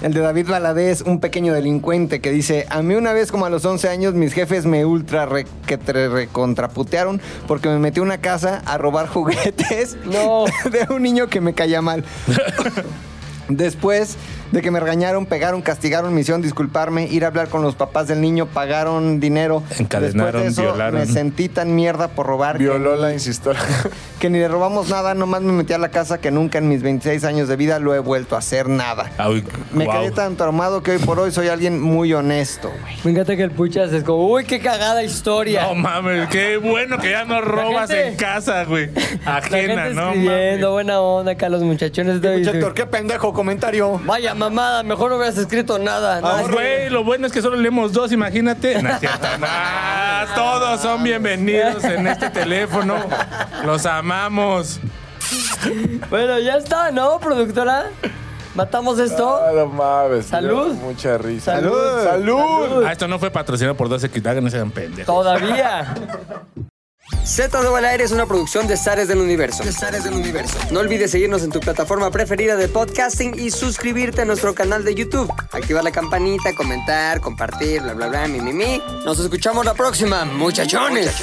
El de David Valadez, un pequeño delincuente, que dice: A mí una vez, como a los 11 años, mis jefes me ultra re- que te recontraputearon porque me metí a una casa a robar [LAUGHS] juguetes
No.
[LAUGHS] de un niño que me caía
[LAUGHS]
mal. Después de que me regañaron, pegaron, castigaron, me hicieron disculparme, ir a hablar con los papás del niño, pagaron dinero. Después
Encadenaron,
de eso,
violaron.
Me sentí tan mierda por robar que
Violó la insistora.
que ni le robamos nada, nomás me metí a la casa que nunca en mis 26 años de vida lo he vuelto a hacer nada.
Ay,
Me
guau.
quedé tan traumado que hoy por hoy soy alguien muy honesto, güey.
me encanta que el puchas es como, uy, qué cagada historia.
No mames, qué bueno que ya
[LAUGHS]
no robas
gente-
en casa, güey.
[LAUGHS] La
Ajena,
gente
¿no?
escribiendo,
mames.
buena onda acá los muchachones de hoy.
qué pendejo comentario.
Vaya mamada, mejor no hubieras escrito nada.
Ah,
¿no?
Güey, lo bueno es que solo leemos dos, imagínate. No es
[LAUGHS]
cierto. Ah, todos son bienvenidos en este teléfono. Los amamos.
Bueno, ya está, ¿no, productora? ¿Matamos esto?
Ah, [LAUGHS] no mames.
Salud.
me dio Mucha risa.
Salud.
Salud.
Ah, esto no fue patrocinado por 12 Quitaga, no sean pendejos.
[LAUGHS]
Todavía.
Z de al aire es una producción de Zares del Universo. del Universo. No olvides seguirnos en tu plataforma preferida de podcasting y suscribirte a nuestro canal de YouTube. Activar la campanita, comentar, compartir, bla, bla, bla, mi, mi, mi. Nos escuchamos la próxima, muchachones.